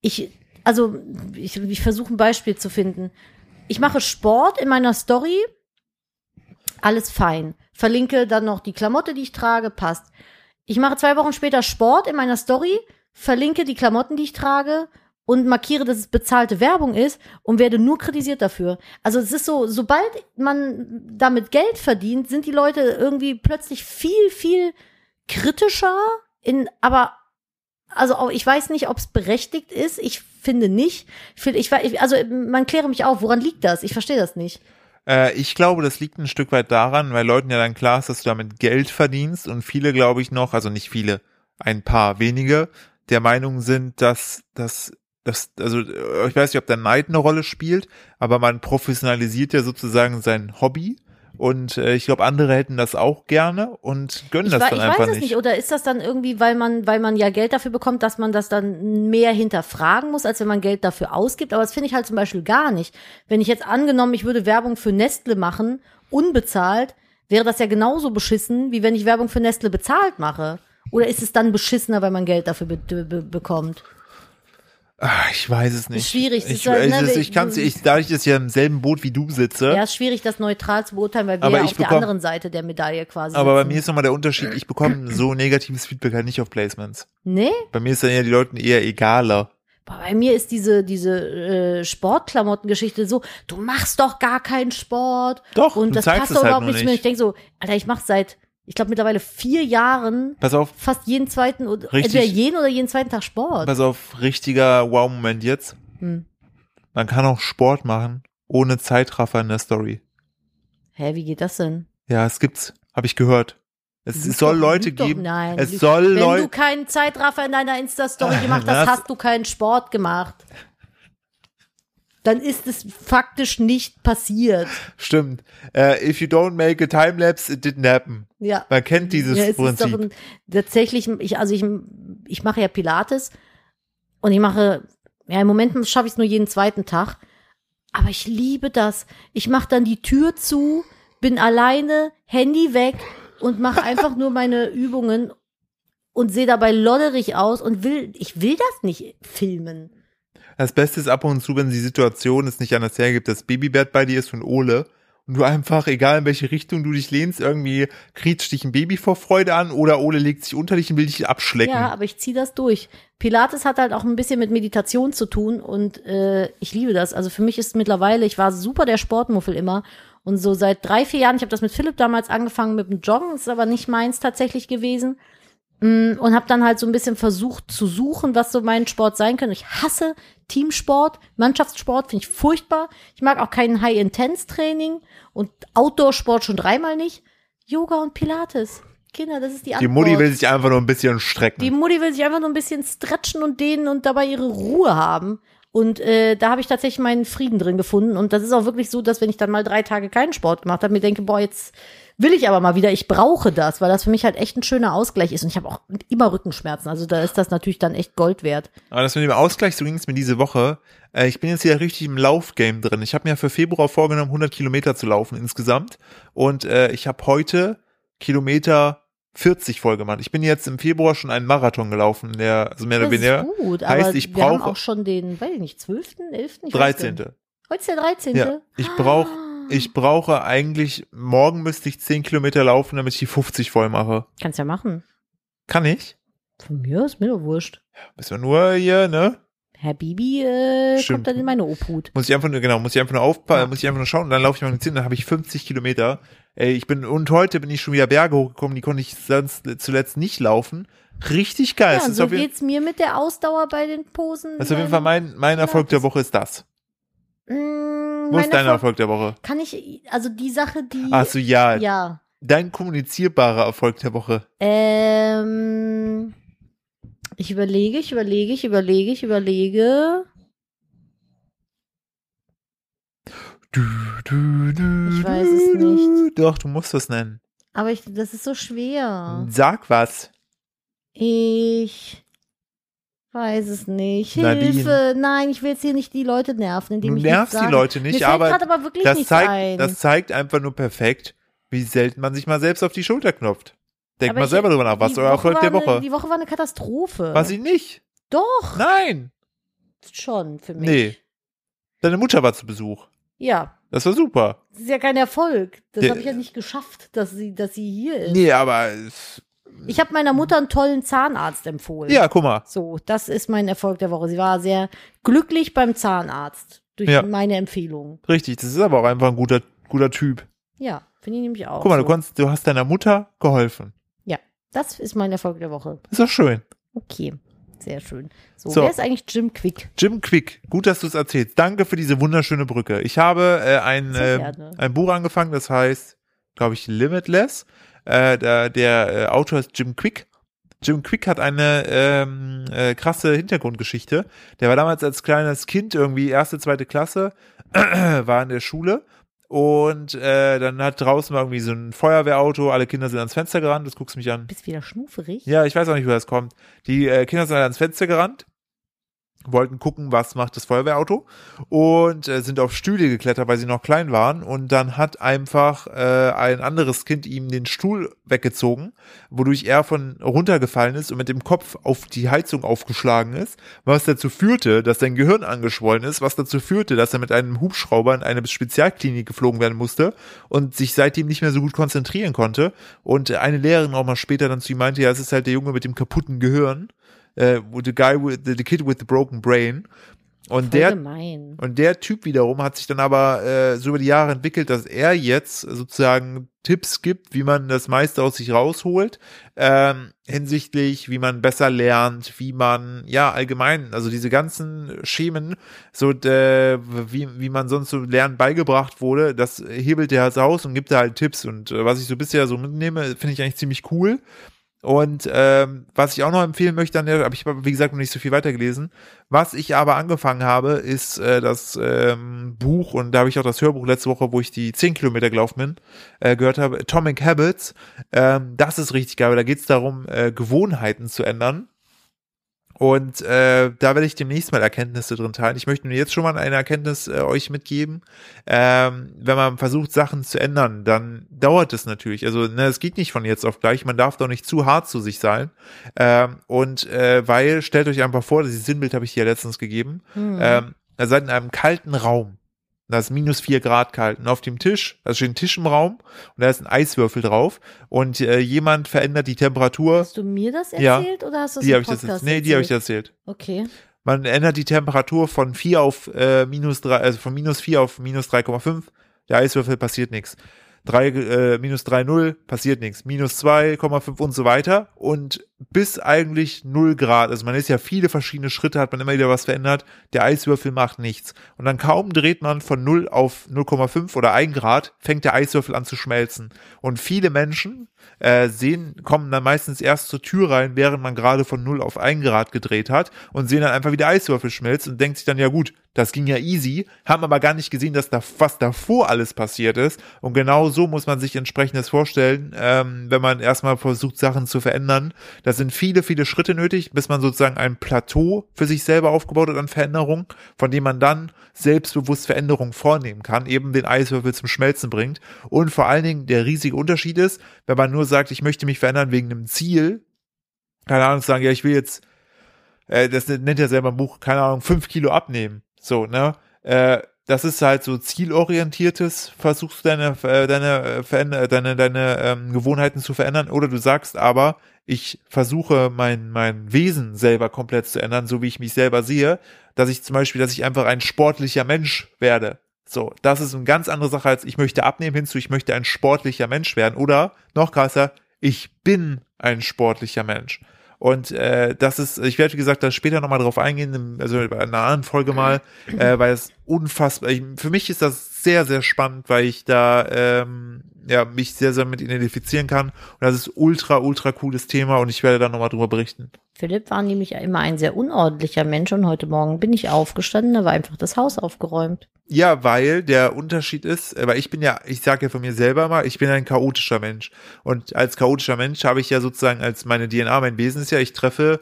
S2: ich, also ich, ich versuche ein Beispiel zu finden. Ich mache Sport in meiner Story, alles fein. Verlinke dann noch die Klamotte, die ich trage, passt. Ich mache zwei Wochen später Sport in meiner Story, verlinke die Klamotten, die ich trage, und markiere, dass es bezahlte Werbung ist und werde nur kritisiert dafür. Also es ist so, sobald man damit Geld verdient, sind die Leute irgendwie plötzlich viel, viel kritischer in, aber also auch- ich weiß nicht, ob es berechtigt ist. Ich finde nicht. Ich finde- Ich, wei- also man kläre mich auf, woran liegt das? Ich verstehe das nicht.
S1: Äh, ich glaube, das liegt ein Stück weit daran, weil Leuten ja dann klar ist, dass du damit Geld verdienst und viele, glaube ich, noch, also nicht viele, ein paar wenige, der Meinung sind, dass dass dass also äh, ich weiß nicht, ob der Neid eine Rolle spielt, aber man professionalisiert ja sozusagen sein Hobby und äh, ich glaube, andere hätten das auch gerne und gönnen
S2: Ich,
S1: das
S2: wei-
S1: dann
S2: ich
S1: einfach
S2: weiß es
S1: nicht.
S2: nicht. Oder ist das dann irgendwie, weil man, weil man ja Geld dafür bekommt, dass man das dann mehr hinterfragen muss, als wenn man Geld dafür ausgibt? Aber das finde ich halt zum Beispiel gar nicht. Wenn ich jetzt angenommen, ich würde Werbung für Nestle machen, unbezahlt, wäre das ja genauso beschissen, wie wenn ich Werbung für Nestle bezahlt mache. Oder ist es dann beschissener, weil man Geld dafür be be bekommt?
S1: Ach, Ah, ich weiß es nicht.
S2: schwierig, es
S1: Ich,
S2: ist halt,
S1: ich,
S2: ne,
S1: ich,
S2: wir-
S1: ich kann's, ich, dadurch, dass ich ja im selben Boot wie du sitze,
S2: Ja, ist schwierig, das neutral zu beurteilen, weil wir
S1: Aber
S2: ja
S1: ich
S2: auf der
S1: bekomm-
S2: anderen Seite der Medaille quasi
S1: aber bei
S2: sitzen.
S1: mir ist nochmal der Unterschied, ich bekomme so negatives Feedback halt nicht auf Placements.
S2: Nee?
S1: Bei mir ist dann ja die Leuten eher egaler.
S2: Boah, bei mir ist diese, diese äh, Sportklamottengeschichte so, du machst doch gar keinen Sport.
S1: Doch, du
S2: und das
S1: zeigst
S2: passt
S1: es
S2: doch
S1: halt
S2: überhaupt
S1: nur
S2: nicht zu mir.
S1: nicht.
S2: Ich denke so, Alter, ich mache seit, ich glaube mittlerweile vier Jahren
S1: Pass auf,
S2: fast jeden zweiten oder
S1: Richtig.
S2: entweder jeden oder jeden zweiten Tag Sport.
S1: pass auf, richtiger Wow-Moment jetzt.
S2: Hm.
S1: Man kann auch Sport machen, ohne Zeitraffer in der Story.
S2: Hä, wie geht das denn?
S1: Ja, es gibt's, habe ich gehört. Es
S2: Lüg
S1: soll
S2: doch,
S1: Leute
S2: lüg doch.
S1: geben.
S2: Nein,
S1: es
S2: lüg.
S1: soll
S2: Wenn du
S1: Leute.
S2: keinen Zeitraffer in
S1: (laughs)
S2: deiner Insta-Story gemacht
S1: Was?
S2: hast, hast du keinen Sport gemacht. Dann ist es faktisch nicht passiert.
S1: Stimmt. Äh, if you don't make a timelapse, it didn't happen.
S2: Ja.
S1: Man kennt dieses
S2: Ja, es ist doch
S1: Prinzip.
S2: ein, tatsächlich, ich, also ich, ich mache ja Pilates und ich mache, ja, im Moment schaffe ich es nur jeden zweiten Tag. Aber ich liebe das. Ich mache dann die Tür zu, bin alleine, Handy weg
S1: (laughs)
S2: und mache einfach nur meine Übungen und sehe dabei lodderig aus und will, ich will das nicht filmen.
S1: Das Beste ist ab und zu, wenn die Situation es nicht anders hergibt, das Babybett bei dir ist von Ole und du einfach, egal in welche Richtung du dich lehnst, irgendwie krietscht dich ein Baby vor Freude an oder Ole legt sich unter dich und will dich abschlecken.
S2: Ja, aber ich ziehe das durch. Pilates hat halt auch ein bisschen mit Meditation zu tun und äh, ich liebe das. Also für mich ist mittlerweile, ich war super der Sportmuffel immer und so seit drei, vier Jahren, ich habe das mit Philipp damals angefangen mit dem Joggen, ist aber nicht meins tatsächlich gewesen Mm, und habe dann halt so ein bisschen versucht zu suchen, was so mein Sport sein könnte. Ich hasse Teamsport, Mannschaftssport finde ich furchtbar. Ich mag auch keinen High-Intense-Training und Outdoor-Sport schon dreimal nicht. Yoga und Pilates. Kinder, das ist die
S1: Die
S2: Antwort.
S1: Mutti will sich einfach nur ein bisschen strecken.
S2: Die Mutti will sich einfach nur ein bisschen stretchen und dehnen und dabei ihre Ruhe haben. Und äh, da habe ich tatsächlich meinen Frieden drin gefunden. Und das ist auch wirklich so, dass wenn ich dann mal drei Tage keinen Sport gemacht habe, mir denke, boah, jetzt will ich aber mal wieder, ich brauche das, weil das für mich halt echt ein schöner Ausgleich ist. Und ich habe auch immer Rückenschmerzen. Also da ist das natürlich dann echt Gold wert.
S1: Aber das mit dem Ausgleich, so ging es mir diese Woche. Äh, ich bin jetzt wieder richtig im Laufgame drin. Ich habe mir für Februar vorgenommen, 100 Kilometer zu laufen insgesamt. Und äh, ich habe heute Kilometer 40 voll gemacht. Ich bin jetzt im Februar schon einen Marathon gelaufen, der, also mehr oder
S2: Das
S1: weniger.
S2: ist gut, aber
S1: heißt, ich
S2: wir haben
S1: brauche-
S2: auch schon den, weiß ich nicht, 12., 11., ich weiß gar nicht.
S1: 13.
S2: Heute ist der Ah. 13.
S1: Ja, ich brauche, ich brauche eigentlich, morgen müsste ich 10 Kilometer laufen, damit ich die 50 voll mache.
S2: Kannst ja machen.
S1: Kann ich?
S2: Von mir ist mir doch wurscht.
S1: Müssen wir nur hier, ne?
S2: Herr Bibi äh,
S1: Stimmt.
S2: kommt dann in meine Obhut.
S1: Muss ich einfach nur, genau, muss ich einfach nur aufpassen,
S2: Ja.
S1: muss ich einfach nur schauen und dann laufe ich mal mit 10, dann habe ich 50 Kilometer. Ey, ich bin, und heute bin ich schon wieder Berge hochgekommen, die konnte ich sonst äh, zuletzt nicht laufen. Richtig geil.
S2: Ja,
S1: das, ist
S2: so
S1: auf jeden,
S2: geht's mir mit der Ausdauer bei den Posen. Ähm,
S1: das ist auf jeden Fall
S2: meinem-
S1: mein, mein Erfolg der Woche ist das.
S2: Mm,
S1: Wo
S2: mein
S1: ist dein Erfolg
S2: Erfolg.
S1: Ah, der Woche?
S2: Kann ich, also die Sache, die.
S1: Ach so, ja.
S2: Ja.
S1: Dein kommunizierbarer Erfolg der Woche.
S2: Ähm, ich überlege, ich überlege, ich überlege, ich überlege.
S1: Du, du, du,
S2: Ich weiß es
S1: du, du. Doch, du musst das nennen.
S2: Aber ich,
S1: Hm.
S2: das ist so schwer.
S1: Sag was.
S2: Ich Weiß es nicht.
S1: Nadine.
S2: Hilfe. Nein, ich will jetzt hier nicht die Leute nerven,
S1: Du
S2: indem ich nichts
S1: nervst die
S2: sage.
S1: Leute
S2: Mir
S1: nicht,
S2: fällt
S1: aber,
S2: grad aber wirklich
S1: das,
S2: nichts ein.
S1: zeigt, das zeigt einfach nur perfekt, wie selten man sich mal selbst auf die Schulter knopft. Denk
S2: Aber
S1: mal
S2: ich-
S1: selber drüber nach, was
S2: die
S1: du Erfolg
S2: war
S1: der Woche.
S2: Eine, die Woche war eine Katastrophe.
S1: war sie nicht?
S2: Doch,
S1: Nein.
S2: schon für mich.
S1: Nee. Deine Mutter war zu Besuch.
S2: Ja,
S1: Das war super.
S2: das ist ja kein Erfolg. Das
S1: Der-
S2: habe ich ja nicht geschafft, dass sie, dass sie hier ist.
S1: Nee, aber es-
S2: Ich habe meiner Mutter einen tollen Zahnarzt empfohlen.
S1: ja, guck mal.
S2: So, das ist mein Erfolg der Woche. Sie war sehr glücklich beim Zahnarzt durch
S1: Ja.
S2: meine Empfehlung.
S1: Richtig, das ist aber auch einfach ein guter, guter Typ.
S2: Ja, finde ich nämlich auch.
S1: Guck mal, du
S2: so.
S1: konntest, du hast deiner Mutter geholfen.
S2: das ist mein Erfolg der Woche.
S1: Ist doch schön.
S2: Okay, sehr schön. So,
S1: So.
S2: wer ist eigentlich Jim Quick?
S1: Jim Quick, gut, dass du es erzählst. Danke für diese wunderschöne Brücke. Ich habe äh, ein,
S2: Sehr
S1: äh,
S2: gerne.
S1: ein Buch angefangen, das heißt, glaube ich, Limitless. Äh, der der äh, Autor ist Jim Quick. Jim Quick hat eine ähm, äh, krasse Hintergrundgeschichte. Der war damals als kleines Kind irgendwie erste, zweite Klasse, (clears throat) war in der Schule und äh, dann hat draußen war irgendwie so ein Feuerwehrauto, alle Kinder sind ans Fenster gerannt, das guckst du mich an.
S2: Bist wieder schnuferig?
S1: Ja, ich weiß auch nicht, woher das kommt. Die äh, Kinder sind ans Fenster gerannt, wollten gucken, was macht das Feuerwehrauto und äh, sind auf Stühle geklettert, weil sie noch klein waren. Und dann hat einfach äh, ein anderes Kind ihm den Stuhl weggezogen, wodurch er von runtergefallen ist und mit dem Kopf auf die Heizung aufgeschlagen ist, was dazu führte, dass sein Gehirn angeschwollen ist, was dazu führte, dass er mit einem Hubschrauber in eine Spezialklinik geflogen werden musste und sich seitdem nicht mehr so gut konzentrieren konnte. Und eine Lehrerin auch mal später dann zu ihm meinte, ja, es ist halt der Junge mit dem kaputten Gehirn, äh, the guy with the, the kid with the broken brain. Und
S2: Voll
S1: der
S2: gemein.
S1: und der Typ wiederum hat sich dann aber äh, so über die Jahre entwickelt, dass er jetzt sozusagen Tipps gibt, wie man das meiste aus sich rausholt, ähm, hinsichtlich, wie man besser lernt, wie man, ja, allgemein, also diese ganzen Schemen, so äh, wie, wie man sonst so Lernen beigebracht wurde, das hebelt der halt aus und gibt da halt Tipps. Und äh, was ich so bisher so mitnehme, finde ich eigentlich ziemlich cool. Und ähm, was ich auch noch empfehlen möchte, an der, aber ich habe, wie gesagt, noch nicht so viel weitergelesen. Was ich aber angefangen habe, ist äh, das ähm, Buch, und da habe ich auch das Hörbuch letzte Woche, wo ich die 10 Kilometer gelaufen bin, äh, gehört habe, Atomic Habits. Ähm, das ist richtig geil, weil da geht es darum, äh, Gewohnheiten zu ändern. Und äh, da werde ich demnächst mal Erkenntnisse drin teilen. Ich möchte nur jetzt schon mal eine Erkenntnis äh, euch mitgeben. Ähm, wenn man versucht, Sachen zu ändern, dann dauert es natürlich. Also ne, es geht nicht von jetzt auf gleich. Man darf doch nicht zu hart zu sich sein. Ähm, und äh, weil, stellt euch einfach vor, dieses Sinnbild habe ich dir ja letztens gegeben,
S2: Hm.
S1: ähm, da seid in einem kalten Raum. Da ist minus vier Grad kalt. Und auf dem Tisch, da steht ein Tisch im Raum und da ist ein Eiswürfel drauf. Und äh, jemand verändert die Temperatur.
S2: hast du mir das
S1: Ja.
S2: erzählt oder hast du das
S1: Die
S2: im
S1: habe ich das
S2: Podcast
S1: jetzt. Nee, die habe ich
S2: erzählt?
S1: erzählt.
S2: Okay.
S1: Man ändert die Temperatur von 4 auf äh, minus 3, also von minus 4 auf minus 3,5. Der Eiswürfel passiert nichts. 3, äh, minus 3,0 passiert nichts. Minus 2,5 und so weiter. Und bis eigentlich 0 Grad. Also man ist ja viele verschiedene Schritte, hat man immer wieder was verändert. Der Eiswürfel macht nichts. Und dann kaum dreht man von 0 auf 0,5 oder 1 Grad, fängt der Eiswürfel an zu schmelzen. Und viele Menschen äh, sehen, kommen dann meistens erst zur Tür rein, während man gerade von 0 auf 1 Grad gedreht hat und sehen dann einfach, wie der Eiswürfel schmilzt und denkt sich dann, ja gut, das ging ja easy, haben aber gar nicht gesehen, dass da was davor alles passiert ist. Und genau so muss man sich entsprechendes vorstellen, ähm, wenn man erstmal versucht, Sachen zu verändern. Da sind viele, viele Schritte nötig, bis man sozusagen ein Plateau für sich selber aufgebaut hat an Veränderungen, von dem man dann selbstbewusst Veränderungen vornehmen kann, eben den Eiswürfel zum Schmelzen bringt. Und vor allen Dingen der riesige Unterschied ist, wenn man nur sagt, ich möchte mich verändern wegen einem Ziel, keine Ahnung, sagen, ja, ich will jetzt, äh, das nennt er selber im Buch, keine Ahnung, fünf Kilo abnehmen. So, ne? Äh, das ist halt so zielorientiertes, versuchst du deine, äh, deine, äh, veränder- deine, deine ähm, Gewohnheiten zu verändern. Oder du sagst aber, ich versuche mein, mein Wesen selber komplett zu ändern, so wie ich mich selber sehe, dass ich zum Beispiel, dass ich einfach ein sportlicher Mensch werde. So, das ist eine ganz andere Sache als ich möchte abnehmen hinzu, ich möchte ein sportlicher Mensch werden. Oder noch krasser, ich bin ein sportlicher Mensch. Und äh, das ist, ich werde wie gesagt da später nochmal drauf eingehen, im- also bei einer anderen Folge mal, äh, weil es unfassbar, ich, für mich ist das sehr, sehr spannend, weil ich da ähm, ja, mich sehr, sehr mit identifizieren kann. Und das ist ultra, ultra cooles Thema und ich werde da nochmal drüber berichten.
S2: Philipp war nämlich immer ein sehr unordentlicher Mensch und heute Morgen bin ich aufgestanden, da war einfach das Haus aufgeräumt.
S1: Ja, weil der Unterschied ist, äh, weil ich bin ja, ich sage ja von mir selber mal, ich bin ein chaotischer Mensch. Und als chaotischer Mensch habe ich ja sozusagen als meine DNA, mein Wesen ist ja, ich treffe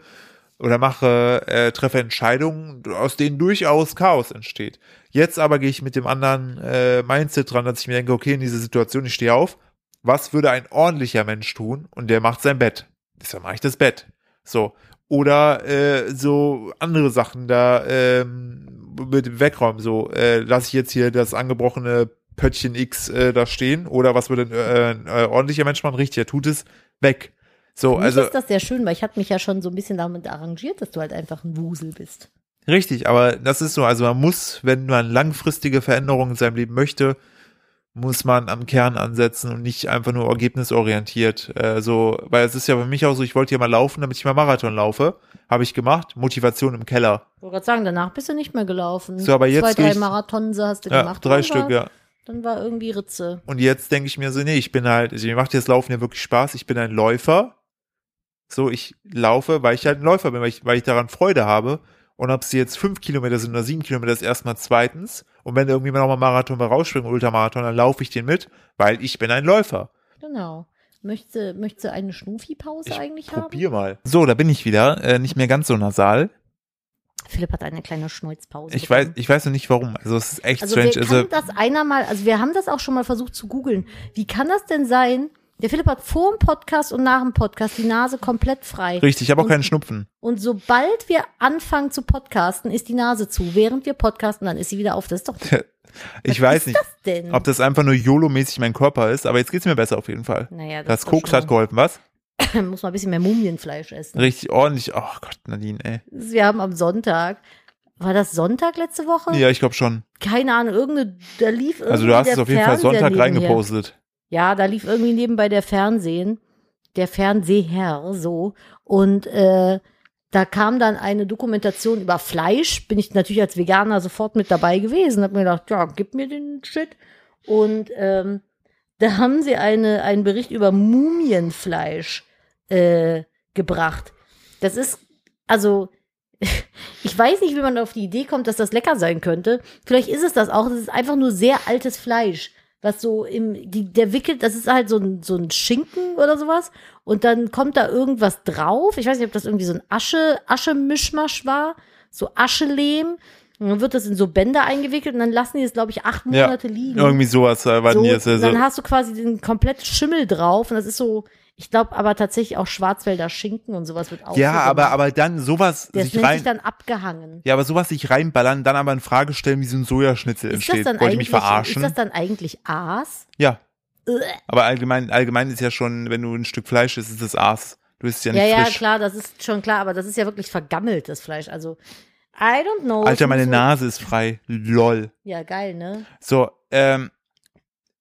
S1: oder mache, äh, treffe Entscheidungen, aus denen durchaus Chaos entsteht. Jetzt aber gehe ich mit dem anderen äh, Mindset dran, dass ich mir denke, okay, in dieser Situation, ich stehe auf, was würde ein ordentlicher Mensch tun? Und der macht sein Bett. Deshalb mache ich das Bett. So. Oder äh, so andere Sachen da ähm, mit dem Wegräumen. So, äh, lasse ich jetzt hier das angebrochene Pöttchen X äh, da stehen? Oder was würde ein, äh, ein äh, ordentlicher Mensch machen? Richtig, er tut es weg. So,
S2: Für
S1: also.
S2: mich ist das sehr schön, weil ich hatte mich ja schon so ein bisschen damit arrangiert, dass du halt einfach ein Wusel bist.
S1: Richtig, aber das ist so, also man muss, wenn man langfristige Veränderungen in seinem Leben möchte, muss man am Kern ansetzen und nicht einfach nur ergebnisorientiert. Äh, so, weil es ist ja bei mich auch so, ich wollte ja mal laufen, damit ich mal Marathon laufe. Habe ich gemacht, Motivation im Keller.
S2: Ich wollte gerade sagen, danach bist du nicht mehr gelaufen.
S1: So, aber jetzt
S2: Mhm. Zwei,
S1: gehe
S2: drei
S1: ich-
S2: Marathonse hast du
S1: Ja,
S2: gemacht.
S1: drei
S2: dann
S1: Stück,
S2: war,
S1: ja.
S2: Dann war irgendwie Ritze.
S1: Und jetzt denke ich mir so, nee, ich bin halt, also mir macht das Laufen ja wirklich Spaß, ich bin ein Läufer. So, ich laufe, weil ich halt ein Läufer bin, weil ich, weil ich daran Freude habe. Und ob sie jetzt fünf Kilometer sind oder sieben Kilometer, ist erstmal zweitens. Und wenn irgendwie nochmal Marathon mal rausspringen, Ultramarathon, dann laufe ich den mit, weil ich bin ein Läufer.
S2: Genau. Möchtest du, möchtest du eine Schnufi-Pause
S1: Ich
S2: eigentlich haben?
S1: Probier mal. So, da bin ich wieder. Äh, nicht mehr ganz so nasal.
S2: Philipp hat eine kleine Schneuzpause.
S1: Ich weiß,
S2: bekommen.
S1: ich weiß noch nicht warum. Also es ist echt
S2: Also
S1: strange.
S2: wir
S1: Also,
S2: kann das einer mal, also wir haben das auch schon mal versucht zu googeln. Wie kann das denn sein? Der Philipp hat vor dem Podcast und nach dem Podcast die Nase komplett frei.
S1: richtig, ich habe auch keinen Schnupfen.
S2: Und sobald wir anfangen zu podcasten, ist die Nase zu. Während wir podcasten, dann ist sie wieder auf. Das ist doch
S1: Ich weiß nicht,
S2: denn.
S1: ob das einfach nur YOLO-mäßig mein Körper ist, aber jetzt geht's mir besser auf jeden Fall.
S2: naja, das,
S1: Das
S2: ist doch
S1: Koks
S2: schon-
S1: hat geholfen, was?
S2: (laughs) muss man ein bisschen mehr Mumienfleisch essen.
S1: Richtig ordentlich. Oh Gott, Nadine, ey.
S2: Wir haben am Sonntag, war das Sonntag letzte Woche?
S1: Ja, ich glaube schon.
S2: Keine Ahnung, irgendeine, da lief irgendwie
S1: Also du hast
S2: der
S1: es auf jeden Fall
S2: Fernseher
S1: Sonntag
S2: nebenher.
S1: reingepostet.
S2: Ja, da lief irgendwie nebenbei der Fernsehen, der Fernseher, so. Und äh, da kam dann eine Dokumentation über Fleisch. Bin ich natürlich als Veganer sofort mit dabei gewesen. Hab mir gedacht, ja, gib mir den Shit. Und ähm, da haben sie eine, einen Bericht über Mumienfleisch äh, gebracht. Das ist, also, (laughs) ich weiß nicht, wie man auf die Idee kommt, dass das lecker sein könnte. Vielleicht ist es das auch. Das ist einfach nur sehr altes Fleisch. Was so im, die, der wickelt, das ist halt so ein, so ein Schinken oder sowas. Und dann kommt da irgendwas drauf. Ich weiß nicht, ob das irgendwie so ein Asche, Aschemischmasch war. So Aschelehm. Und dann wird das in so Bänder eingewickelt und dann lassen die es, glaube ich, acht
S1: Ja,
S2: Monate liegen.
S1: Irgendwie sowas, äh, waren
S2: So,
S1: die jetzt äh,
S2: Dann
S1: so.
S2: hast du quasi den kompletten Schimmel drauf und das ist so, ich glaube aber tatsächlich auch Schwarzwälder Schinken und sowas wird auch.
S1: Ja,
S2: so
S1: aber,
S2: gemacht.
S1: aber dann sowas
S2: das
S1: sich
S2: nennt sich
S1: rein.
S2: dann abgehangen.
S1: Ja, aber sowas sich reinballern, dann aber in Frage stellen, wie so ein Sojaschnitzel
S2: Ist das,
S1: entsteht.
S2: dann
S1: Wollt ihr mich
S2: eigentlich, ist
S1: verarschen?
S2: das dann eigentlich Aas?
S1: Ja.
S2: Ugh.
S1: Aber allgemein, allgemein ist ja schon, wenn du ein Stück Fleisch isst, ist es Aas. Du isst ja
S2: Ja,
S1: nicht
S2: ja,
S1: frisch.
S2: klar, das ist schon klar, aber das ist ja wirklich vergammeltes Fleisch. Also, I don't know.
S1: Alter, meine
S2: So-
S1: Nase ist frei. Lol.
S2: Ja, geil, ne?
S1: So, ähm.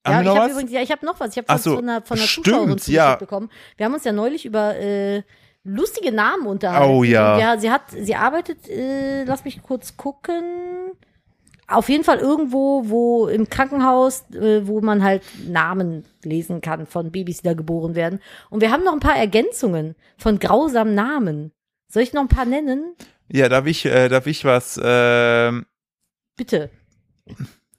S2: Ja,
S1: Haben
S2: ich
S1: wir noch
S2: habe
S1: was?
S2: übrigens, ja, ich habe noch was. Ich habe
S1: Ach
S2: von,
S1: so,
S2: von einer, von einer
S1: stimmt,
S2: Zuschauerin zugeschickt
S1: ja.
S2: bekommen. Wir haben uns ja neulich über äh, lustige Namen unterhalten.
S1: Oh ja.
S2: Und Ja, sie hat, sie arbeitet, äh, lass mich kurz gucken. Auf jeden Fall irgendwo, wo im Krankenhaus, äh, wo man halt Namen lesen kann von Babys, die da geboren werden. Und wir haben noch ein paar Ergänzungen von grausamen Namen. Soll ich noch ein paar nennen?
S1: Ja, darf ich, äh, darf ich was, ähm,
S2: Bitte.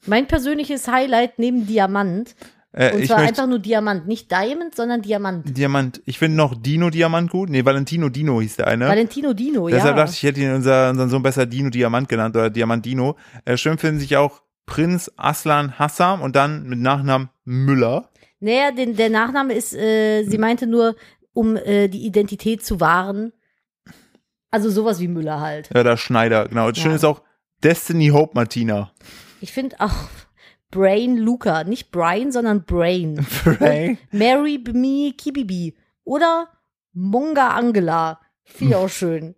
S2: Mein persönliches Highlight neben Diamant.
S1: äh,
S2: Und
S1: ich
S2: zwar
S1: möchte,
S2: einfach nur Diamant. Nicht Diamond, sondern Diamant.
S1: Diamant. Ich finde noch Dino Diamant gut. Nee, Valentino Dino hieß der eine.
S2: Valentino Dino,
S1: Ne? Deshalb
S2: ja.
S1: dachte ich, ich hätte ihn unser, unseren Sohn besser Dino Diamant genannt oder Diamant Dino. Äh, schön finden sich auch Prinz Aslan Hassam und dann mit Nachnamen Müller.
S2: naja, den, der Nachname ist, äh,
S1: Hm.
S2: sie meinte nur, um äh, die Identität zu wahren. Also sowas wie Müller halt.
S1: Ja, da Schneider, genau. Und schön
S2: Ja.
S1: ist auch Destiny Hope
S2: (laughs)
S1: Martina.
S2: Ich finde auch (laughs) Brain Luca. Nicht Brian, sondern
S1: (laughs)
S2: Brain.
S1: Right?
S2: Mary Me Kibibi. Oder Monga Angela. Finde ich auch schön.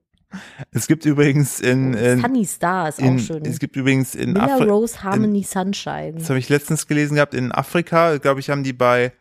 S1: Es gibt übrigens in, Hm. in,
S2: Sunny Star ist auch
S1: in
S2: schön.
S1: es gibt übrigens in
S2: Miller
S1: Afrika,
S2: Rose Harmony Sunshine.
S1: das habe ich letztens gelesen gehabt, in Afrika, glaube ich, haben die bei,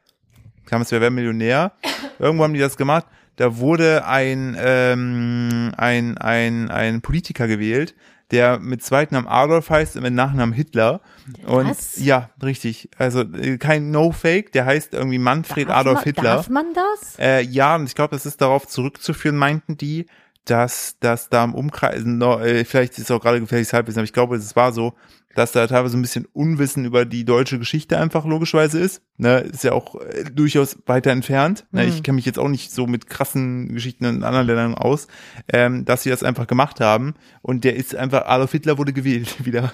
S1: kam es, wer wäre
S2: (laughs)
S1: Millionär, irgendwo haben die das gemacht, da wurde ein, ähm, ein, ein, ein Politiker gewählt, der mit Zweitnamen Adolf heißt und mit Nachnamen Hitler. Und
S2: Was?
S1: ja, richtig. Also äh, kein No-Fake, der heißt irgendwie Manfred
S2: Darf
S1: Adolf
S2: man,
S1: Hitler.
S2: Darf man das?
S1: Äh, ja, und ich glaube, das ist darauf zurückzuführen, meinten die, also dass, dass da im Umkreis, no, äh, vielleicht ist auch gerade gefährliches Halbwissen, aber ich glaube, es war so, dass da teilweise ein bisschen Unwissen über die deutsche Geschichte einfach logischerweise ist. Ne, ist ja auch äh, durchaus weiter entfernt. Ne,
S2: Mhm.
S1: Ich kenne mich jetzt auch nicht so mit krassen Geschichten in anderen Ländern aus, ähm, dass sie das einfach gemacht haben. Und der ist einfach, Adolf Hitler wurde gewählt (laughs) wieder.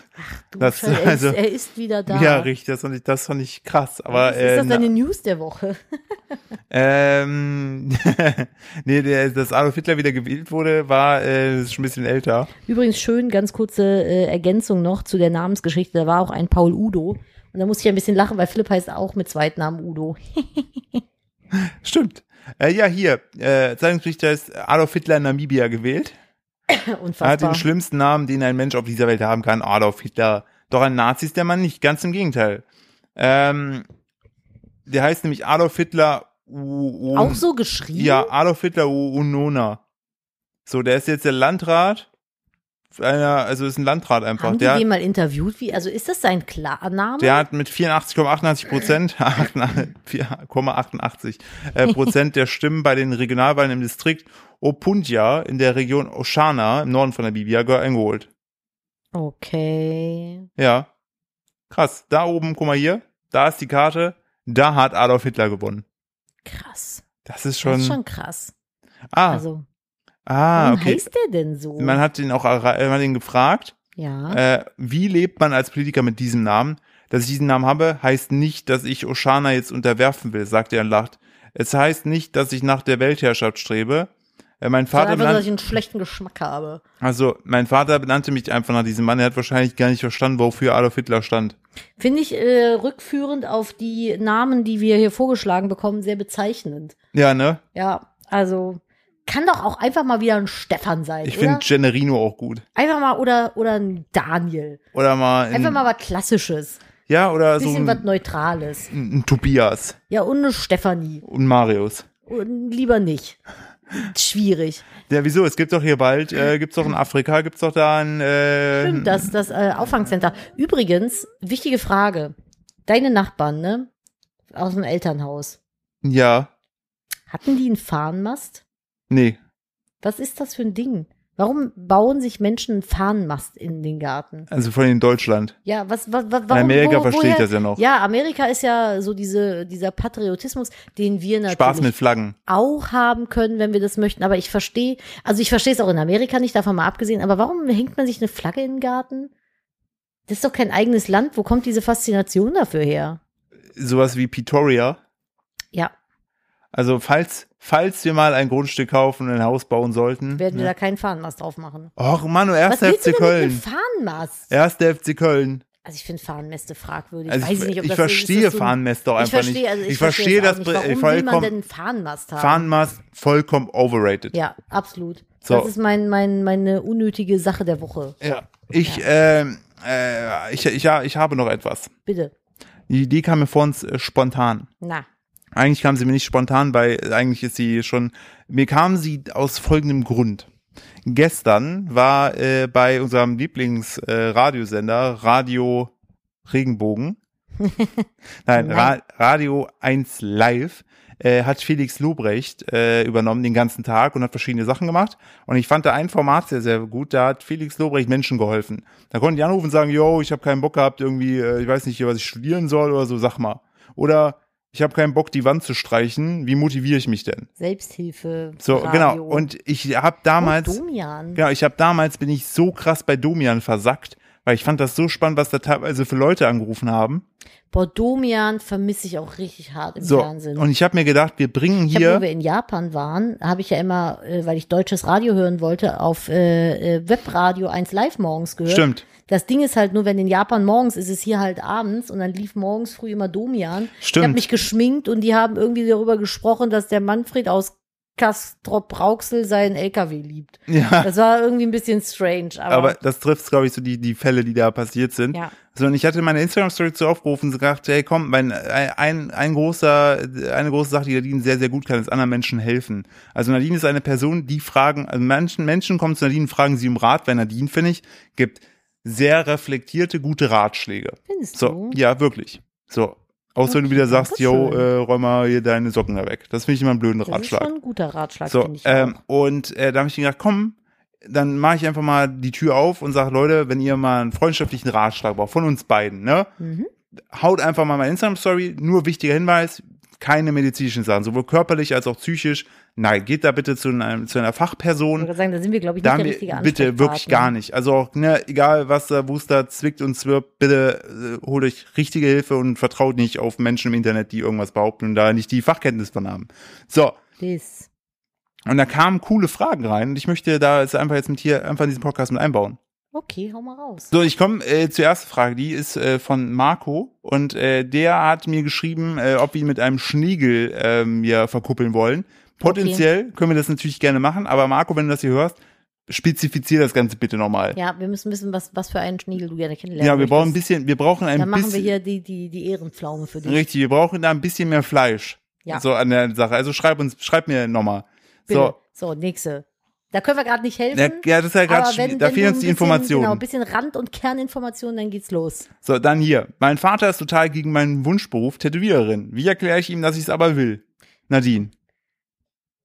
S2: Du
S1: Das- (laughs)
S2: Scheiße, er,
S1: also-
S2: ist, er ist wieder da.
S1: Ja, richtig, das fand ich, das fand ich krass. Aber
S2: ist, ist
S1: äh,
S2: das
S1: na-
S2: deine News der Woche?
S1: Ähm, (laughs) nee, der, dass Adolf Hitler wieder gewählt wurde, war äh, ist schon ein bisschen älter.
S2: Übrigens schön, ganz kurze äh, Ergänzung noch zu der Namensgeschichte. Da war auch ein Paul Udo. Und da musste ich ein bisschen lachen, weil Philipp heißt auch mit Zweitnamen Udo. (laughs)
S1: Stimmt. Äh, ja, hier, äh, Zeitungsrichter ist Adolf Hitler in Namibia gewählt. Er hat den
S2: Unfassbar.
S1: schlimmsten Namen, den ein Mensch auf dieser Welt haben kann, Adolf Hitler. Doch ein Nazi ist der Mann nicht, ganz im Gegenteil. Ähm, der heißt nämlich Adolf Hitler U
S2: Auch so geschrieben?
S1: Ja, Adolf Hitler U- Unona. So, der ist jetzt der Landrat. Einer, also ist ein Landrat einfach.
S2: Haben die
S1: der,
S2: den mal interviewt? Wie, also ist das sein Klarname?
S1: Der hat mit 84,88 Prozent, (laughs) 4,88 äh, Prozent der Stimmen bei den Regionalwahlen im Distrikt Opuntia in der Region Oshana im Norden von Namibia ge- eingeholt.
S2: okay.
S1: Ja. Krass. Da oben, guck mal hier, da ist die Karte, da hat Adolf Hitler gewonnen.
S2: Krass.
S1: Das ist
S2: Das
S1: schon.
S2: ist schon krass.
S1: ah,
S2: Also,
S1: ah,
S2: warum
S1: okay.
S2: heißt der denn so?
S1: Man hat ihn auch erra- äh, man hat ihn gefragt,
S2: ja.
S1: äh, wie lebt man als Politiker mit diesem Namen? Dass ich diesen Namen habe, heißt nicht, dass ich Oshana jetzt unterwerfen will, sagt er und lacht. Es heißt nicht, dass ich nach der Weltherrschaft strebe. Äh, mein
S2: Ich sag
S1: Vater,
S2: einfach, nur, dass ich
S1: benannte,
S2: einen schlechten Geschmack habe.
S1: also mein Vater benannte mich einfach nach diesem Mann. Er hat wahrscheinlich gar nicht verstanden, wofür Adolf Hitler stand.
S2: Finde ich äh, rückführend auf die Namen, die wir hier vorgeschlagen bekommen, sehr bezeichnend.
S1: Ja, ne?
S2: Ja, also kann doch auch einfach mal wieder ein Stefan sein,
S1: Ich
S2: oder?
S1: finde Generino auch gut.
S2: Einfach mal oder oder ein Daniel.
S1: Oder mal, in,
S2: Einfach mal was Klassisches,
S1: ja, oder Ähm, so
S2: bisschen was
S1: ein,
S2: Neutrales.
S1: ein, ein Tobias
S2: Ja und eine Stefanie
S1: und Marius.
S2: und lieber nicht. Schwierig.
S1: Ja, wieso? Es gibt doch hier bald, äh, gibt's doch in Afrika, gibt's doch da ein, äh,
S2: Stimmt, das das äh, Auffangcenter. Übrigens wichtige Frage: Deine Nachbarn ne aus dem Elternhaus
S1: ja,
S2: hatten die einen Fahnenmast?
S1: nee,
S2: Was ist das für ein Ding? Warum bauen sich Menschen einen Fahnenmast in den Garten?
S1: also von in Deutschland.
S2: Ja, was, was, was warum,
S1: In Amerika
S2: wo,
S1: verstehe ich
S2: woher,
S1: das ja noch.
S2: Ja, Amerika ist ja so diese, dieser Patriotismus, den wir natürlich
S1: Spaß mit Flaggen.
S2: auch haben können, wenn wir das möchten. Aber ich verstehe, also ich verstehe es auch in Amerika nicht, davon mal abgesehen. Aber warum hängt man sich eine Flagge in den Garten? Das ist doch kein eigenes Land. Wo kommt diese Faszination dafür her?
S1: Sowas wie Pretoria.
S2: Ja,
S1: Also falls, falls wir mal ein Grundstück kaufen und ein Haus bauen sollten.
S2: werden wir
S1: ne?
S2: da keinen Fahnenmast drauf machen.
S1: Och, Manu, 1.
S2: Was willst du
S1: FC
S2: denn mit einem
S1: Köln.
S2: Fahnenmast?
S1: 1. FC Köln.
S2: Also ich finde Fahnenmäste fragwürdig.
S1: Also
S2: ich weiß nicht, ob
S1: ich
S2: das ist
S1: verstehe
S2: das so ein-
S1: Fahnenmast doch
S2: ich
S1: einfach
S2: verstehe,
S1: nicht.
S2: Also
S1: ich verstehe
S2: das
S1: das
S2: auch
S1: Be-
S2: nicht. Warum will man denn
S1: vollkommen.
S2: einen Fahnenmast haben?
S1: Fahnenmast vollkommen overrated.
S2: Ja, absolut.
S1: So.
S2: Das ist mein, mein, meine unnötige Sache der Woche.
S1: Ja. Ich, ähm, äh, ich, ich, ja, ich habe noch etwas.
S2: Bitte.
S1: Die Idee kam mir vor uns äh, spontan.
S2: Na.
S1: Eigentlich kam sie mir nicht spontan, weil eigentlich ist sie schon. Mir kam sie aus folgendem Grund. Gestern war äh, bei unserem Lieblingsradiosender äh, Radiosender Radio Regenbogen. Nein, Ra
S2: Nein.
S1: Radio 1 Live äh, hat Felix Lobrecht äh, übernommen den ganzen Tag und hat verschiedene Sachen gemacht. Und ich fand da ein Format sehr, sehr gut. Da hat Felix Lobrecht Menschen geholfen. Da konnten die anrufen und sagen, yo, ich habe keinen Bock gehabt, irgendwie, äh, ich weiß nicht, was ich studieren soll oder so, sag mal. Oder ich habe keinen Bock, die Wand zu streichen. Wie motiviere ich mich denn?
S2: Selbsthilfe.
S1: So, genau.
S2: Radio.
S1: Und ich habe damals.
S2: Und Domian.
S1: Genau, ich habe damals bin ich so krass bei Domian versackt, weil ich fand das so spannend, was da teilweise für Leute angerufen haben.
S2: Boah, Domian vermisse ich auch richtig hart im
S1: So
S2: Fernsehen.
S1: und ich habe mir gedacht, wir bringen
S2: ich habe, wo
S1: hier
S2: wir in Japan waren, habe ich ja immer, äh, weil ich deutsches Radio hören wollte, auf äh, äh, Webradio 1 Live morgens gehört.
S1: stimmt,
S2: Das Ding ist halt nur, wenn in Japan morgens ist, ist es hier halt abends und dann lief morgens früh immer Domian. Ich habe
S1: stimmt.
S2: mich geschminkt und die haben irgendwie darüber gesprochen, dass der Manfred aus Kastrop Rauxel seinen LKW liebt.
S1: ja,
S2: Das war irgendwie ein bisschen strange, aber,
S1: aber das trifft glaube ich so die die Fälle, die da passiert sind.
S2: ja.
S1: Sondern ich hatte meine Instagram-Story zu aufgerufen und gesagt, hey komm, mein, ein, ein großer, eine große Sache, die Nadine sehr, sehr gut kann, ist anderen Menschen helfen. Also Nadine ist eine Person, die fragen, also Menschen, Menschen kommen zu Nadine und fragen sie um Rat, weil Nadine, finde ich, gibt sehr reflektierte, gute Ratschläge.
S2: Findest
S1: So,
S2: du?
S1: ja, wirklich. So. Außer wenn du wieder sagst, yo,
S2: Oh. Dankeschön.
S1: äh, räum mal hier deine Socken da weg. Das finde ich immer einen blöden
S2: Das ist
S1: Ratschlag.
S2: schon ein guter Ratschlag,
S1: So,
S2: finde ich.
S1: ähm,
S2: auch.
S1: und äh, da habe ich mir gedacht, komm, dann mache ich einfach mal die Tür auf und sage, Leute, wenn ihr mal einen freundschaftlichen Ratschlag braucht, von uns beiden, ne?
S2: Mhm.
S1: Haut einfach mal meine Instagram-Story. Nur wichtiger Hinweis, keine medizinischen Sachen, sowohl körperlich als auch psychisch. Nein, geht da bitte zu, einem, zu einer
S2: Ich
S1: Fachperson.
S2: wollte sagen, da sind wir, glaube ich, nicht
S1: Da haben
S2: der
S1: wir,
S2: richtige
S1: bitte wirklich
S2: Ansprechpartner.
S1: gar nicht. Also auch, ne, egal was da Wooster zwickt und zwirbt, bitte äh, holt euch richtige Hilfe und vertraut nicht auf Menschen im Internet, die irgendwas behaupten und da nicht die Fachkenntnis von haben. So,
S2: Das.
S1: und da kamen coole Fragen rein und ich möchte da jetzt einfach jetzt mit hier einfach in diesen Podcast mit einbauen.
S2: Okay, hau mal raus.
S1: So, ich komme äh, zur ersten Frage, die ist äh, von Marco und äh, der hat mir geschrieben, äh, ob wir ihn mit einem Schniegel äh, mir verkuppeln wollen. Potenziell können wir das natürlich gerne machen, aber Marco, wenn du das hier hörst, spezifizier das Ganze bitte nochmal.
S2: Ja, wir müssen wissen, was, was für einen Schniegel du gerne
S1: Ja,
S2: kennenlernen
S1: wir brauchen ein
S2: möchtest.
S1: bisschen, wir brauchen ein
S2: Dann machen wir
S1: bisschen,
S2: hier die, die, die Ehrenpflaume für dich.
S1: richtig, wir brauchen da ein bisschen mehr Fleisch.
S2: Ja.
S1: So an der Sache. Also schreib uns, schreib mir nochmal. So,
S2: Bitte. so, nächste. Da können wir gerade nicht helfen.
S1: ja, ja, das ist ja
S2: aber
S1: gerade, schwierig.
S2: wenn,
S1: da
S2: wenn
S1: fehlen
S2: du
S1: uns die
S2: ein bisschen,
S1: Informationen.
S2: Genau, ein bisschen Rand- und Kerninformationen, dann geht's los.
S1: So, dann hier. Mein Vater ist total gegen meinen Wunschberuf Tätowiererin. Wie erkläre ich ihm, dass ich es aber will? Nadine.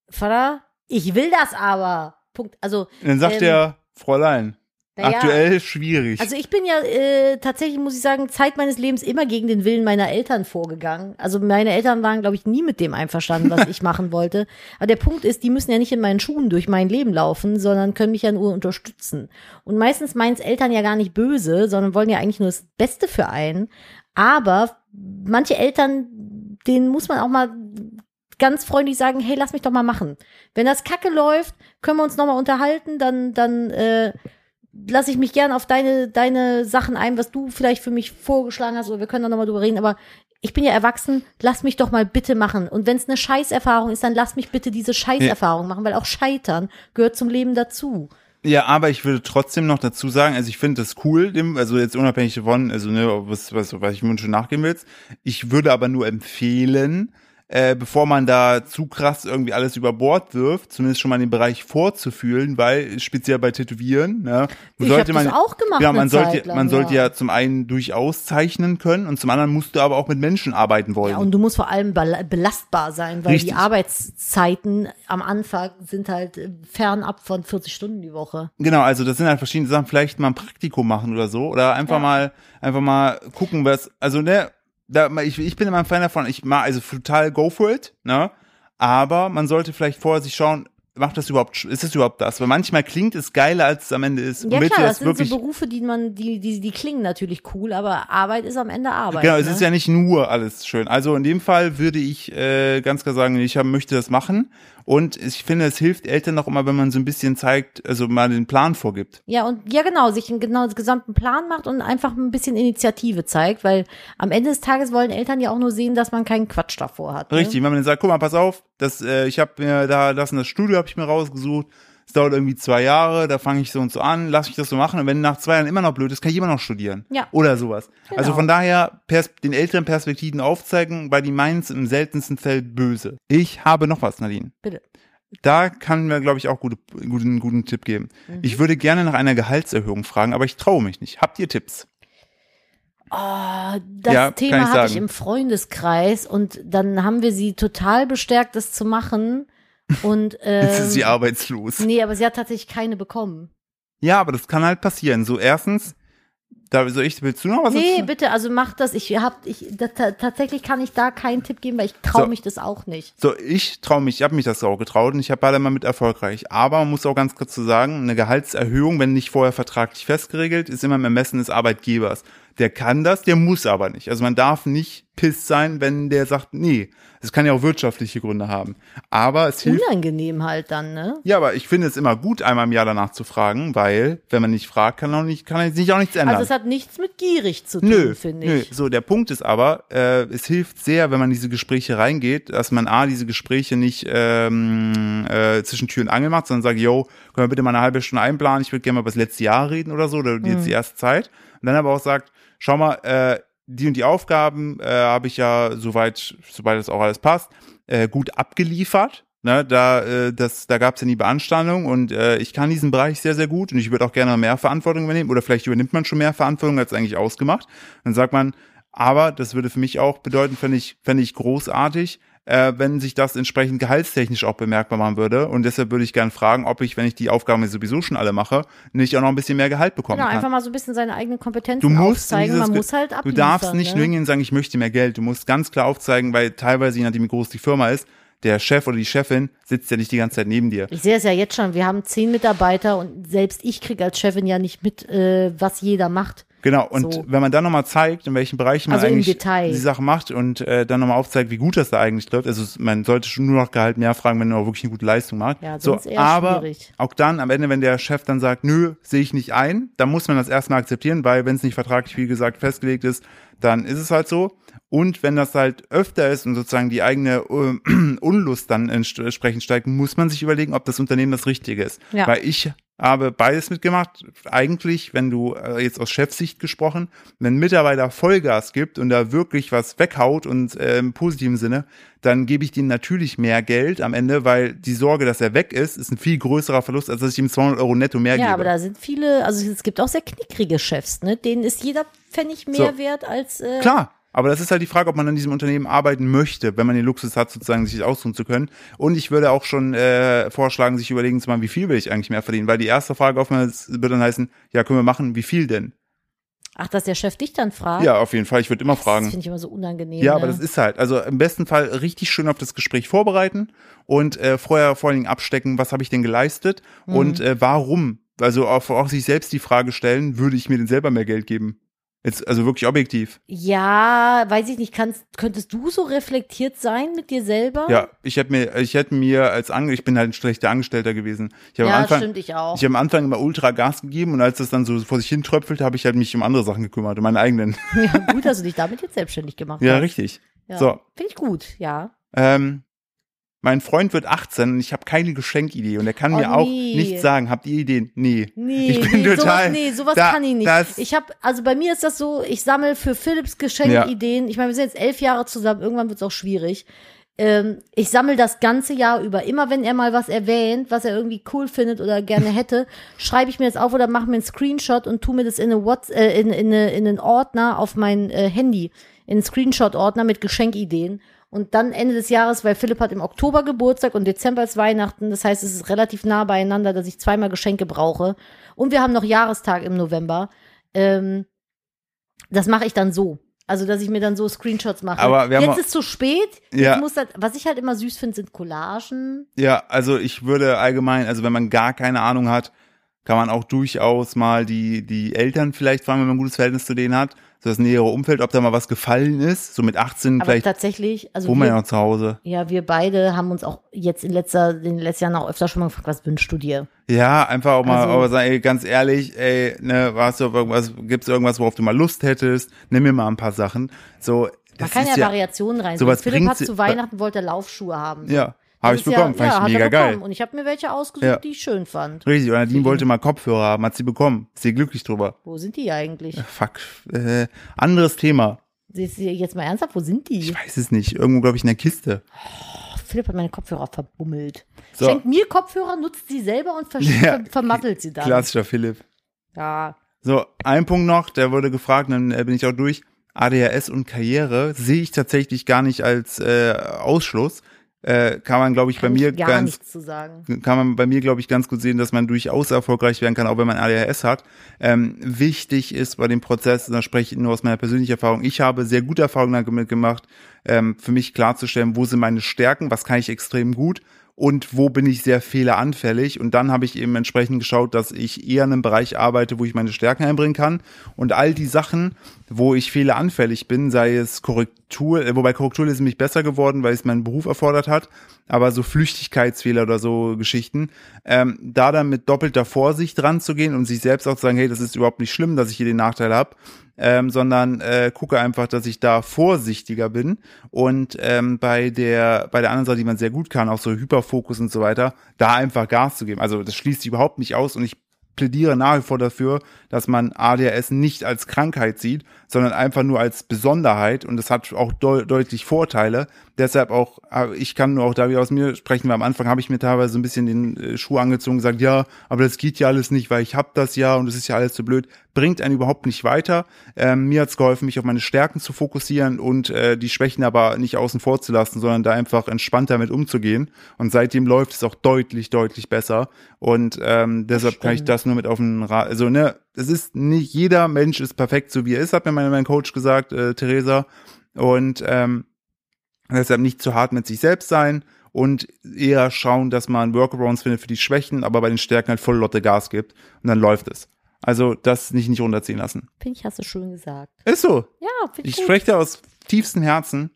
S2: Vater, ich will das aber. Punkt. Also,
S1: Und dann sagt
S2: Ähm,
S1: er, Fräulein,
S2: na ja.
S1: aktuell schwierig.
S2: Also ich bin ja äh, tatsächlich, muss ich sagen, Zeit meines Lebens immer gegen den Willen meiner Eltern vorgegangen. Also meine Eltern waren, glaube ich, nie mit dem einverstanden, was ich machen wollte. Aber der Punkt ist, die müssen ja nicht in meinen Schuhen durch mein Leben laufen, sondern können mich ja nur unterstützen. Und meistens meins Eltern ja gar nicht böse, sondern wollen ja eigentlich nur das Beste für einen. Aber manche Eltern, denen muss man auch mal ganz freundlich sagen, hey, lass mich doch mal machen. Wenn das Kacke läuft, können wir uns noch mal unterhalten, dann, dann äh, lasse ich mich gern auf deine, deine Sachen ein, was du vielleicht für mich vorgeschlagen hast, oder wir können da nochmal drüber reden, aber ich bin ja erwachsen, lass mich doch mal bitte machen. Und wenn es eine Scheißerfahrung ist, dann lass mich bitte diese Scheißerfahrung machen, weil auch Scheitern gehört zum Leben dazu.
S1: ja, aber ich würde trotzdem noch dazu sagen, also ich finde das cool, dem, also jetzt unabhängig davon, also ne, ob was, was, was ich wünsche nachgehen willst. Ich würde aber nur empfehlen, äh, bevor man da zu krass irgendwie alles über Bord wirft, zumindest schon mal den Bereich vorzufühlen, weil speziell bei Tätowieren, ne,
S2: Ich hab das auch gemacht
S1: Ja, man
S2: eine
S1: sollte,
S2: Zeit lang,
S1: man sollte
S2: ja.
S1: ja zum einen durchaus zeichnen können und zum anderen musst du aber auch mit Menschen arbeiten wollen.
S2: Ja, und du musst vor allem bel- belastbar sein, weil
S1: Richtig.
S2: die Arbeitszeiten am Anfang sind halt äh, fernab von 40 Stunden die Woche.
S1: Genau, also das sind halt verschiedene Sachen. Vielleicht mal ein Praktikum machen oder so. Oder einfach
S2: Ja.
S1: mal, einfach mal gucken, was. Also, ne, da, ich, ich bin immer ein Fan davon. Ich mag, also total go for it, ne? Aber man sollte vielleicht vorher sich schauen, macht das überhaupt, ist das überhaupt das? Weil manchmal klingt es geiler, als es am Ende ist.
S2: Ja
S1: Womit
S2: klar,
S1: wir
S2: das sind so Berufe, die man, die, die, die klingen natürlich cool, aber Arbeit ist am Ende Arbeit.
S1: Genau,
S2: ne?
S1: es ist ja nicht nur alles schön. Also in dem Fall würde ich äh, ganz klar sagen, ich hab, möchte das machen. Und ich finde, es hilft Eltern auch immer, wenn man so ein bisschen zeigt, also mal den Plan vorgibt.
S2: Ja, und ja, genau, sich einen genau den gesamten Plan macht und einfach ein bisschen Initiative zeigt, weil am Ende des Tages wollen Eltern ja auch nur sehen, dass man keinen Quatsch davor hat. Ne?
S1: Richtig, wenn man dann sagt, guck mal, pass auf, das, äh, ich habe mir da das und das Studio habe ich mir rausgesucht. Es dauert irgendwie zwei Jahre, da fange ich so und so an, lass ich das so machen und wenn nach zwei Jahren immer noch blöd ist, kann ich immer noch studieren.
S2: Ja.
S1: Oder sowas.
S2: Genau.
S1: Also von daher pers den älteren Perspektiven aufzeigen, weil die meins im seltensten Fall böse. Ich habe noch was, Nadine.
S2: Bitte.
S1: Da kann mir, glaube ich, auch gute, guten, guten Tipp geben.
S2: Mhm.
S1: Ich würde gerne nach einer Gehaltserhöhung fragen, aber ich traue mich nicht. Habt ihr Tipps?
S2: Ah, das
S1: Ja, kann ich
S2: Thema hatte ich
S1: sagen.
S2: im Freundeskreis und dann haben wir sie total bestärkt, das zu machen. Und ähm,
S1: Jetzt ist (laughs) sie arbeitslos.
S2: nee, aber sie hat tatsächlich keine bekommen.
S1: Ja, aber das kann halt passieren. So erstens, da so ich willst du noch was
S2: nee,
S1: dazu?
S2: bitte, also mach das. Ich hab, ich da, ta tatsächlich kann ich da keinen Tipp geben, weil ich traue
S1: So.
S2: mich das auch nicht.
S1: So, ich traue mich, ich habe mich das auch getraut und ich habe beide mal mit erfolgreich. Aber man muss auch ganz kurz zu sagen, eine Gehaltserhöhung, wenn nicht vorher vertraglich festgeregelt, ist immer im Ermessen des Arbeitgebers. Der kann das, der muss aber nicht. Also man darf nicht piss sein, wenn der sagt, nee. Es kann ja auch wirtschaftliche Gründe haben. Aber es hilft.
S2: Unangenehm halt dann, ne?
S1: Ja, aber ich finde es immer gut, einmal im Jahr danach zu fragen, weil wenn man nicht fragt, kann auch nicht, kann sich auch nichts ändern.
S2: Also es hat nichts mit gierig zu tun,
S1: Nö,
S2: finde
S1: nö.
S2: ich.
S1: So, der Punkt ist aber, äh, es hilft sehr, wenn man in diese Gespräche reingeht, dass man A, diese Gespräche nicht ähm, äh, zwischen Tür und Angel macht, sondern sagt, yo, können wir bitte mal eine halbe Stunde einplanen, ich würde gerne mal über das letzte Jahr reden oder so, oder
S2: Mhm.
S1: jetzt die erste Zeit. Und dann aber auch sagt, schau mal, äh, die und die Aufgaben äh, habe ich ja soweit, soweit das auch alles passt, äh, gut abgeliefert. Ne, da äh, das, da gab es ja nie Beanstandung und äh, ich kann diesen Bereich sehr, sehr gut und ich würde auch gerne mehr Verantwortung übernehmen oder vielleicht übernimmt man schon mehr Verantwortung als eigentlich ausgemacht. Dann sagt man, aber das würde für mich auch bedeuten, fände ich, fände ich großartig, äh, wenn sich das entsprechend gehaltstechnisch auch bemerkbar machen würde. Und deshalb würde ich gerne fragen, ob ich, wenn ich die Aufgaben jetzt sowieso schon alle mache, nicht auch noch ein bisschen mehr Gehalt bekommen
S2: Genau,
S1: kann.
S2: einfach mal so ein bisschen seine eigenen Kompetenzen
S1: Du musst in
S2: aufzeigen.
S1: dieses
S2: Man
S1: Ge-
S2: muss halt
S1: Du
S2: abliefern.
S1: darfst nicht
S2: ne?
S1: nur hingehen und sagen, ich möchte mehr Geld. Du musst ganz klar aufzeigen, weil teilweise, je nachdem, wie groß die Firma ist, der Chef oder die Chefin sitzt ja nicht die ganze Zeit neben dir.
S2: Ich sehe es ja jetzt schon. Wir haben zehn Mitarbeiter und selbst ich kriege als Chefin ja nicht mit, äh, was jeder macht.
S1: Genau, und
S2: So.
S1: wenn man dann nochmal zeigt, in welchen Bereichen man
S2: Also im
S1: eigentlich
S2: Detail.
S1: die Sache macht und äh, dann nochmal aufzeigt, wie gut das da eigentlich läuft. Also es- man sollte schon nur noch Gehalt mehr fragen, wenn man auch wirklich eine gute Leistung macht.
S2: Ja,
S1: so,
S2: sonst eher
S1: aber
S2: schwierig.
S1: auch dann am Ende, wenn der Chef dann sagt, nö, sehe ich nicht ein, dann muss man das erstmal akzeptieren, weil wenn es nicht vertraglich, wie gesagt, festgelegt ist, dann ist es halt so. Und wenn das halt öfter ist und sozusagen die eigene äh, (clears throat) Unlust dann ents- entsprechend steigt, muss man sich überlegen, ob das Unternehmen das Richtige ist.
S2: Ja.
S1: Weil ich habe beides mitgemacht. Eigentlich, wenn du äh, jetzt aus Chefsicht gesprochen, wenn ein Mitarbeiter Vollgas gibt und da wirklich was weghaut und äh, im positiven Sinne, dann gebe ich dem natürlich mehr Geld am Ende, weil die Sorge, dass er weg ist, ist ein viel größerer Verlust, als dass ich ihm 200 Euro netto mehr
S2: Ja,
S1: gebe.
S2: aber da sind viele, also es gibt auch sehr knickrige Chefs, ne? Denen ist jeder Pfennig mehr wert als äh,
S1: Klar. Aber das ist halt die Frage, ob man an diesem Unternehmen arbeiten möchte, wenn man den Luxus hat, sozusagen sich das ausruhen zu können. Und ich würde auch schon äh, vorschlagen, sich überlegen zu machen, wie viel will ich eigentlich mehr verdienen? Weil die erste Frage oftmals wird dann heißen, ja, können wir machen, wie viel denn?
S2: Ach, dass der Chef dich dann fragt.
S1: Ja, auf jeden Fall. Ich würde immer
S2: Das
S1: fragen.
S2: finde ich immer so unangenehm.
S1: Ja,
S2: ne?
S1: aber das ist halt. Also im besten Fall richtig schön auf das Gespräch vorbereiten und äh, vorher vor allen Dingen abstecken, was habe ich denn geleistet und äh, warum. Also auch, auch sich selbst die Frage stellen, würde ich mir denn selber mehr Geld geben? Jetzt, also wirklich objektiv.
S2: ja, weiß ich nicht, kannst, könntest du so reflektiert sein mit dir selber?
S1: Ja, ich hätte mir, ich hätte mir als Ange ich bin halt ein schlechter Angestellter gewesen. Ich habe
S2: Ja,
S1: am Anfang,
S2: stimmt, ich auch.
S1: Ich habe am Anfang immer ultra Gas gegeben und als das dann so vor sich hin tröpfelte, habe ich halt mich um andere Sachen gekümmert, um meine eigenen.
S2: ja, gut, dass du dich damit jetzt selbstständig gemacht
S1: Ja,
S2: hast.
S1: richtig.
S2: Ja.
S1: So,
S2: Finde ich gut, ja.
S1: Ähm, mein Freund wird 18 und ich habe keine Geschenkidee und er kann
S2: Oh,
S1: mir auch
S2: nee.
S1: nichts sagen. Habt ihr Ideen? Nee.
S2: Nee,
S1: ich bin
S2: nee,
S1: total.
S2: sowas, nee, sowas
S1: da-
S2: kann ich nicht.
S1: Das,
S2: Ich habe, also bei mir ist das so, ich sammle für Philips Geschenkideen. Ich meine, wir sind jetzt elf Jahre zusammen, irgendwann wird es auch schwierig. Ähm, ich sammle das ganze Jahr über. Immer wenn er mal was erwähnt, was er irgendwie cool findet oder gerne hätte, schreibe ich mir das auf oder mache mir einen Screenshot und tu mir das in, eine Whats äh, in, in, eine, in einen Ordner auf mein äh, Handy. In einen Screenshot-Ordner mit Geschenkideen. Und dann Ende des Jahres, weil Philipp hat im Oktober Geburtstag und Dezember ist Weihnachten. Das heißt, es ist relativ nah beieinander, dass ich zweimal Geschenke brauche. Und wir haben noch Jahrestag im November. Ähm, das mache ich dann so. Also, dass ich mir dann so Screenshots mache.
S1: Aber wir haben
S2: Jetzt
S1: auch-
S2: ist zu spät. Jetzt
S1: Ja.
S2: muss das, was ich halt immer süß finde, sind Collagen.
S1: ja, also ich würde allgemein, also wenn man gar keine Ahnung hat, kann man auch durchaus mal die, die Eltern vielleicht fragen, wenn man ein gutes Verhältnis zu denen hat. So das nähere Umfeld, ob da mal was gefallen ist. So mit 18
S2: Aber
S1: vielleicht
S2: tatsächlich, also
S1: wohnt man ja
S2: wir,
S1: noch zu Hause.
S2: ja, wir beide haben uns auch jetzt in, letzter, in den letzten Jahren auch öfter schon mal gefragt, was wünschst du dir?
S1: Ja, einfach auch mal
S2: Also-
S1: aber sagen, ey, ganz ehrlich, ey, ne, warst du auf irgendwas, gibt's irgendwas, worauf du mal Lust hättest? Nimm mir mal ein paar Sachen. So,
S2: Man
S1: das
S2: kann ja,
S1: ist ja,
S2: Variationen rein.
S1: sowas
S2: Philipp hat
S1: bringt's-
S2: zu Weihnachten wollte Laufschuhe haben.
S1: Ja,
S2: Das
S1: habe ich
S2: ist ja-
S1: bekommen. Fand
S2: ja,
S1: ich
S2: hat er
S1: mega
S2: bekommen.
S1: geil.
S2: Und ich habe mir welche ausgesucht,
S1: Ja.
S2: die ich schön fand.
S1: Richtig, und Nadine wollte mal Kopfhörer haben, hat sie bekommen. Ist sie glücklich drüber.
S2: Wo sind die eigentlich?
S1: Fuck. Äh, anderes Thema.
S2: Siehst du Jetzt mal ernsthaft, wo sind die?
S1: Ich weiß es nicht. Irgendwo, glaube ich, in der Kiste.
S2: Ach, Philipp hat meine Kopfhörer verbummelt.
S1: So.
S2: Schenkt mir Kopfhörer, nutzt sie selber und ver
S1: Ja,
S2: ver vermattelt sie dann.
S1: Klassischer Philipp.
S2: Ja.
S1: So, ein Punkt noch, der wurde gefragt, dann äh, bin ich auch durch. ADHS und Karriere sehe ich tatsächlich gar nicht als äh, Ausschluss. Äh, kann man, glaube ich,
S2: Kann
S1: bei mir
S2: ich gar
S1: ganz
S2: nichts zu sagen.
S1: kann man bei mir, glaube ich, ganz gut sehen, dass man durchaus erfolgreich werden kann, auch wenn man ADHS hat. Ähm, wichtig ist bei dem Prozess, und da spreche ich nur aus meiner persönlichen Erfahrung, ich habe sehr gute Erfahrungen damit gemacht, ähm, für mich klarzustellen, wo sind meine Stärken, was kann ich extrem gut und wo bin ich sehr fehleranfällig. Und dann habe ich eben entsprechend geschaut, dass ich eher in einem Bereich arbeite, wo ich meine Stärken einbringen kann. Und all die Sachen, wo ich fehleranfällig bin, sei es Korrektur, äh, wobei Korrektur ist mich besser geworden, weil es mein Beruf erfordert hat, aber so Flüchtigkeitsfehler oder so Geschichten, ähm, da dann mit doppelter Vorsicht ranzugehen und sich selbst auch zu sagen, hey, das ist überhaupt nicht schlimm, dass ich hier den Nachteil habe, ähm, sondern äh, gucke einfach, dass ich da vorsichtiger bin und ähm, bei der bei der anderen Seite, die man sehr gut kann, auch so Hyperfokus und so weiter, da einfach Gas zu geben. Also das schließt sich überhaupt nicht aus und ich plädiere nach wie vor dafür, dass man ADHS nicht als Krankheit sieht, sondern einfach nur als Besonderheit und das hat auch deu- deutlich Vorteile, Deshalb auch, äh, ich kann nur auch da wieder aus mir sprechen, weil am Anfang habe ich mir teilweise so ein bisschen den äh, Schuh angezogen und gesagt, ja, aber das geht ja alles nicht, weil ich habe das ja und es ist ja alles zu blöd. Bringt einen überhaupt nicht weiter. Ähm, mir hat's geholfen, mich auf meine Stärken zu fokussieren und äh, die Schwächen aber nicht außen vor zu lassen, sondern da einfach entspannt damit umzugehen. Und seitdem läuft es auch deutlich, deutlich besser. Und ähm, deshalb kann ich
S2: Stimmt.
S1: das nur mit auf den Rat. Also, ne, es ist nicht jeder Mensch ist perfekt, so wie er ist, hat mir mein, mein Coach gesagt, äh, Theresa. Und ähm, deshalb nicht zu hart mit sich selbst sein und eher schauen, dass man Workarounds findet für die Schwächen, aber bei den Stärken halt voll Lotte Gas gibt. Und dann läuft es. Also, das nicht, nicht runterziehen lassen.
S2: Finde ich, hast du schön gesagt.
S1: Ist so.
S2: Ja, finde
S1: Ich
S2: ich gut.
S1: spreche da aus tiefstem Herzen.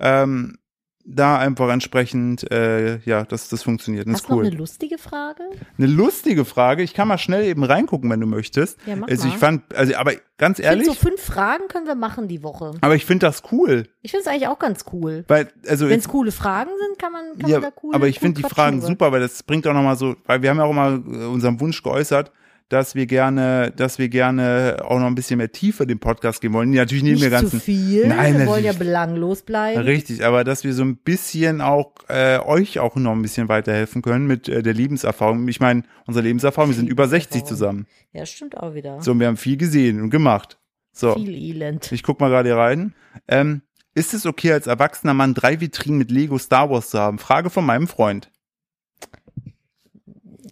S1: Ähm, da einfach entsprechend, äh, ja, das, das funktioniert. Das
S2: Hast
S1: ist
S2: du noch
S1: cool.
S2: eine lustige Frage?
S1: Eine lustige Frage. Ich kann mal schnell eben reingucken, wenn du möchtest.
S2: Ja, mach
S1: also ich
S2: mal.
S1: fand, also aber ganz
S2: Ich finde,
S1: ehrlich,
S2: so fünf Fragen können wir machen die Woche.
S1: aber ich finde das cool,
S2: Ich finde es eigentlich auch ganz cool.
S1: weil also
S2: Wenn es coole Fragen sind, kann man, kann
S1: ja,
S2: man da cool
S1: aber ich
S2: gut
S1: finde die
S2: quatschen
S1: Fragen
S2: drüber.
S1: super, weil das bringt auch noch mal so, weil wir haben ja auch mal äh, unseren Wunsch geäußert, dass wir gerne, dass wir gerne auch noch ein bisschen mehr Tiefe dem Podcast geben wollen. Natürlich neben
S2: Nicht
S1: der
S2: zu
S1: ganzen
S2: viel.
S1: Nein,
S2: wir wollen ja
S1: natürlich.
S2: belanglos bleiben.
S1: Richtig, aber dass wir so ein bisschen auch äh, euch auch noch ein bisschen weiterhelfen können mit äh, der Lebenserfahrung. Ich meine, unsere Lebenserfahrung, wir sind über 60 zusammen.
S2: Ja, stimmt auch wieder.
S1: So, und wir haben viel gesehen und gemacht. So.
S2: Viel Elend.
S1: Ich guck mal gerade hier rein. Ähm, ist es okay, als erwachsener Mann drei Vitrinen mit Lego Star Wars zu haben? Frage von meinem Freund.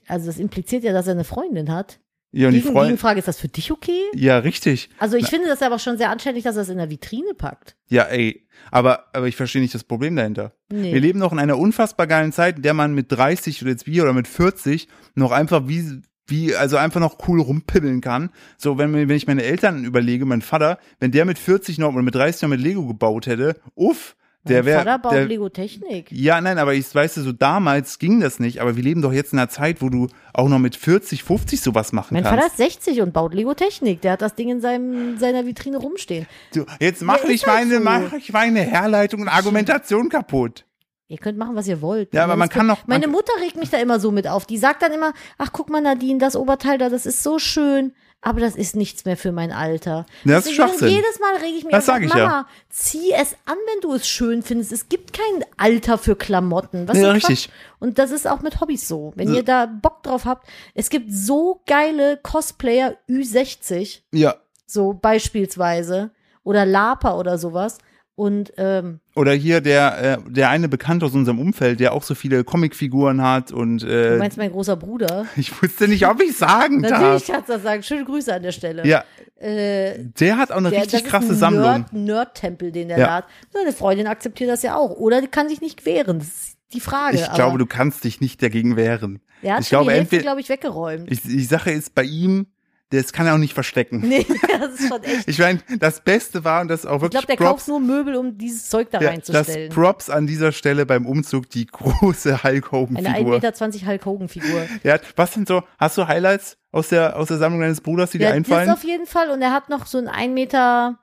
S2: Also das impliziert ja, dass er eine Freundin hat.
S1: Ja, und die
S2: Gegen,
S1: Freund
S2: Gegenfrage, ist das für dich okay?
S1: ja, richtig.
S2: Also ich finde das aber schon sehr anständig, dass er es in der Vitrine packt.
S1: Ja, ey. Aber, aber ich verstehe nicht das Problem dahinter.
S2: Nee.
S1: Wir leben noch in einer unfassbar geilen Zeit, in der man mit 30 oder jetzt wir oder mit 40 noch einfach wie, wie, also einfach noch cool rumpimmeln kann. So, wenn, mir- wenn ich meine Eltern überlege, mein Vater, wenn der mit 40 noch oder mit 30 noch mit Lego gebaut hätte, uff, der
S2: Mein Vater
S1: wäre,
S2: baut
S1: der,
S2: Lego Technik.
S1: Ja, nein, aber ich weißt du, so damals ging das nicht, aber wir leben doch jetzt in einer Zeit, wo du auch noch mit 40, 50 sowas machen
S2: Mein Vater
S1: kannst.
S2: ist 60 und baut Lego Technik. Der hat das Ding in seinem, seiner Vitrine rumstehen.
S1: Du, jetzt mach
S2: Ja,
S1: ich
S2: ist halt
S1: meine,
S2: so.
S1: mach ich meine Herleitung und Argumentation kaputt.
S2: Ihr könnt machen, was ihr wollt.
S1: Ja, aber
S2: Das
S1: man kann
S2: gibt-
S1: doch- man-
S2: Meine Mutter regt mich da immer so mit auf. Die sagt dann immer, ach guck mal Nadine, das Oberteil da, das ist so schön, aber das ist nichts mehr für mein Alter.
S1: Ja, das ist
S2: Deswegen
S1: Schwachsinn.
S2: Jedes Mal rege ich mich
S1: Das
S2: auf,
S1: sag ich
S2: Mama,
S1: ja.
S2: zieh es an, wenn du es schön findest. Es gibt kein Alter für Klamotten. Was
S1: Ja,
S2: für Quatsch.
S1: richtig.
S2: Und das ist auch mit Hobbys so. Wenn ihr da Bock drauf habt, es gibt so geile Cosplayer Ü60
S1: Ja.
S2: so beispielsweise oder Lapa oder sowas und ähm,
S1: Oder hier der, äh, der eine Bekannte aus unserem Umfeld, der auch so viele Comicfiguren hat und
S2: du
S1: äh,
S2: meinst mein großer Bruder.
S1: ich wusste nicht, ob ich sagen
S2: Natürlich
S1: darf.
S2: kannst du das sagen. Schöne Grüße an der Stelle.
S1: Ja,
S2: Äh,
S1: der hat auch eine
S2: der,
S1: richtig
S2: das
S1: krasse
S2: ist ein
S1: Sammlung.
S2: Nerd- Nerd-Tempel, den der
S1: Ja.
S2: da hat. Seine Freundin akzeptiert das ja auch. Oder die kann sich nicht wehren. Das ist die Frage.
S1: Ich glaube,
S2: aber
S1: du kannst dich nicht dagegen wehren.
S2: der hat
S1: ich
S2: schon
S1: glaube,
S2: die Hälfte,
S1: entweder-
S2: glaube ich, weggeräumt.
S1: Ich, die Sache ist bei ihm, das kann er auch nicht verstecken.
S2: (laughs) nee, das ist schon echt.
S1: Ich meine, das Beste war und das auch
S2: Ich
S1: wirklich
S2: glaube, der
S1: Props
S2: kauft nur Möbel, um dieses Zeug da
S1: Ja, das
S2: reinzustellen.
S1: Props an dieser Stelle beim Umzug die große Hulk Hogan
S2: Eine
S1: Figur.
S2: 1,20 Meter
S1: (laughs)
S2: Hulk Hogan-Figur.
S1: Ja, was sind so, hast du Highlights aus der, aus der Sammlung deines Bruders, die dir
S2: Ja, das
S1: einfallen?
S2: auf jeden Fall. Und er hat noch so einen 1,40 Meter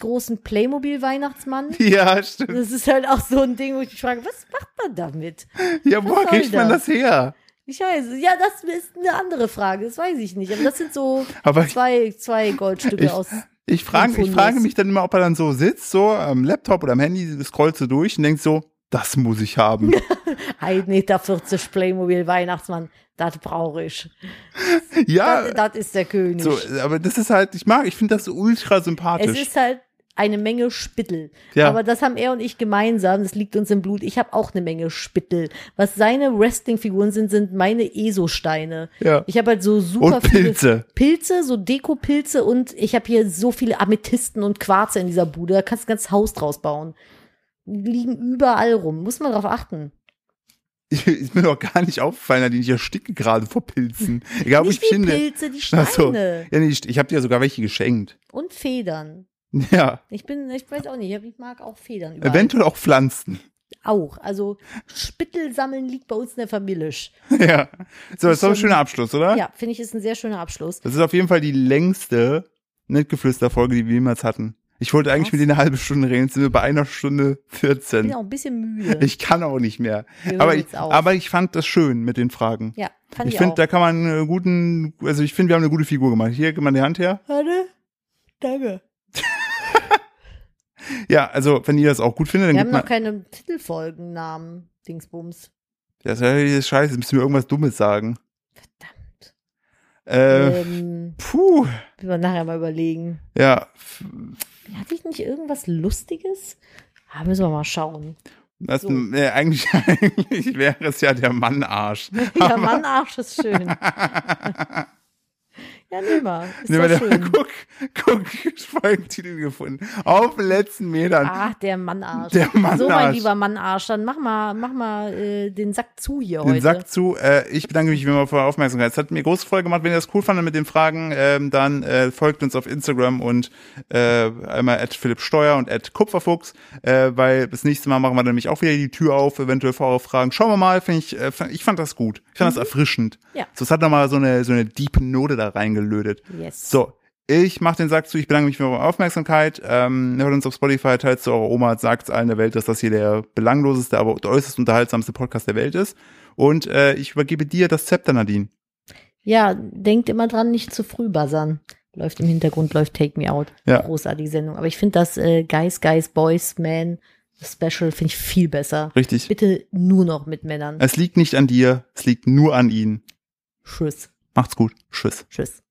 S2: großen
S1: (laughs)
S2: Playmobil-Weihnachtsmann.
S1: Ja, stimmt.
S2: Das ist halt auch so ein Ding, wo ich mich frage, was macht man damit?
S1: Ja, wo
S2: soll
S1: kriegt man das
S2: das?
S1: her?
S2: Ich weiß, ja, das ist eine andere Frage, das weiß ich nicht. Aber das sind so
S1: Aber ich,
S2: zwei, zwei Goldstücke
S1: Ich-
S2: aus.
S1: ich, frage, ich
S2: Fundus.
S1: frage mich dann immer, ob er dann so sitzt, so am Laptop oder am Handy, scrollst du durch und denkst so, das muss ich
S2: (laughs)
S1: haben.
S2: 1,40 Meter Playmobil Weihnachtsmann, das brauche ich.
S1: ja,
S2: Das, das ist der König.
S1: so, aber das ist halt, ich mag, ich finde das so ultra
S2: es
S1: sympathisch.
S2: ist halt eine Menge Spittel.
S1: Ja.
S2: Aber das haben er und ich gemeinsam, das liegt uns im Blut. Ich habe auch eine Menge Spittel. Was seine Wrestling-Figuren sind, sind meine ESO-Steine.
S1: Ja.
S2: Ich habe halt so super
S1: Und
S2: viele
S1: Pilze.
S2: Pilze, so Dekopilze und ich habe hier so viele Amethysten und Quarze in dieser Bude. Da kannst du ein ganzes Haus draus bauen. Die liegen überall rum. Muss man drauf achten.
S1: Ich, ist mir doch gar nicht aufgefallen, Nadine, ich ersticke gerade vor Pilzen. Egal, wo ich
S2: Nicht
S1: mich
S2: die
S1: finde.
S2: Pilze, die Steine
S1: Ach so. Ja, nee, ich, ich habe dir sogar welche geschenkt. (laughs)
S2: und Federn.
S1: Ja,
S2: Ich bin, ich weiß auch nicht, ich mag auch Federn. Überall.
S1: eventuell auch Pflanzen. (laughs)
S2: Auch. Also Spittel sammeln liegt bei uns in der Familie.
S1: ja. So, das ist doch ein
S2: Schon-
S1: schöner Abschluss, oder?
S2: Ja, finde ich, ist ein sehr schöner Abschluss.
S1: Das ist auf jeden Fall die längste Nettgeflüster-Folge, die wir jemals hatten. Ich wollte eigentlich
S2: Was?
S1: mit dir eine halbe Stunde reden, jetzt sind wir bei einer Stunde
S2: Ich bin
S1: 14.
S2: auch ein bisschen müde.
S1: (laughs) Ich kann auch nicht mehr.
S2: Wir hören
S1: Aber ich,
S2: jetzt auf.
S1: aber ich fand das schön mit den Fragen.
S2: ja, fand
S1: Ich
S2: ich,
S1: finde,
S2: auch.
S1: da kann man einen guten, also ich finde, wir haben eine gute Figur gemacht. Hier, gib mal die Hand her.
S2: Warte, danke.
S1: Ja, also wenn ihr das auch gut findet, dann
S2: Wir
S1: gebt
S2: haben
S1: mal.
S2: noch keine Titelfolgennamen, Dingsbums.
S1: Das ist ja dieses Scheiße, müssen wir irgendwas Dummes sagen.
S2: Verdammt.
S1: Äh,
S2: Ähm,
S1: Puh.
S2: müssen wir nachher mal überlegen.
S1: Ja.
S2: Hatte ich nicht irgendwas Lustiges? Ah, müssen wir mal schauen. (laughs)
S1: Das,
S2: So.
S1: äh, eigentlich, (laughs) eigentlich wäre es ja der
S2: (laughs)
S1: Mannarsch.
S2: Ja, Mann, Arsch
S1: (laughs)
S2: ist schön. ja, nimm mal. Ist
S1: Nee,
S2: doch
S1: warte,
S2: schön.
S1: (laughs) guck, guck, Folgentitel gefunden. Auf den letzten Metern.
S2: Ach, der Mannarsch.
S1: Der
S2: So, mein
S1: Mannarsch.
S2: lieber Mannarsch, dann mach mal, mach mal äh, den Sack zu hier
S1: den
S2: heute.
S1: Sack zu. Äh, ich bedanke mich wie immer für eure Aufmerksamkeit. Es hat mir große Freude gemacht. Wenn ihr das cool fandet mit den Fragen, ähm, dann äh, folgt uns auf Instagram und äh, einmal at Philipp Steuer und at Kupferfuchs, äh, weil das nächste Mal machen wir dann nämlich auch wieder die Tür auf, eventuell für eure Fragen. Schauen wir mal, finde ich, äh, fand- ich fand das gut. Ich fand das erfrischend.
S2: Mhm. Ja.
S1: So, es hat nochmal so eine, so eine diepe Note da reingelötet.
S2: Yes.
S1: So, ich mache den Sack zu. Ich bedanke mich für eure Aufmerksamkeit. Ähm, hört uns auf Spotify, teilt es eurer Oma, sagt allen der Welt, dass das hier der belangloseste, aber äußerst unterhaltsamste Podcast der Welt ist. Und äh, ich übergebe dir das Zepter, Nadine.
S2: Ja, denkt immer dran, nicht zu früh buzzern. Läuft im Hintergrund, läuft Take Me Out.
S1: Ja.
S2: Großartige Sendung. Aber ich finde das äh, Guys, Guys, Boys, Man Special finde ich viel besser.
S1: Richtig.
S2: Bitte nur noch mit
S1: Also-
S2: Männern.
S1: Es liegt nicht an dir, es liegt nur an ihnen.
S2: Tschüss.
S1: Macht's gut. Tschüss.
S2: Tschüss.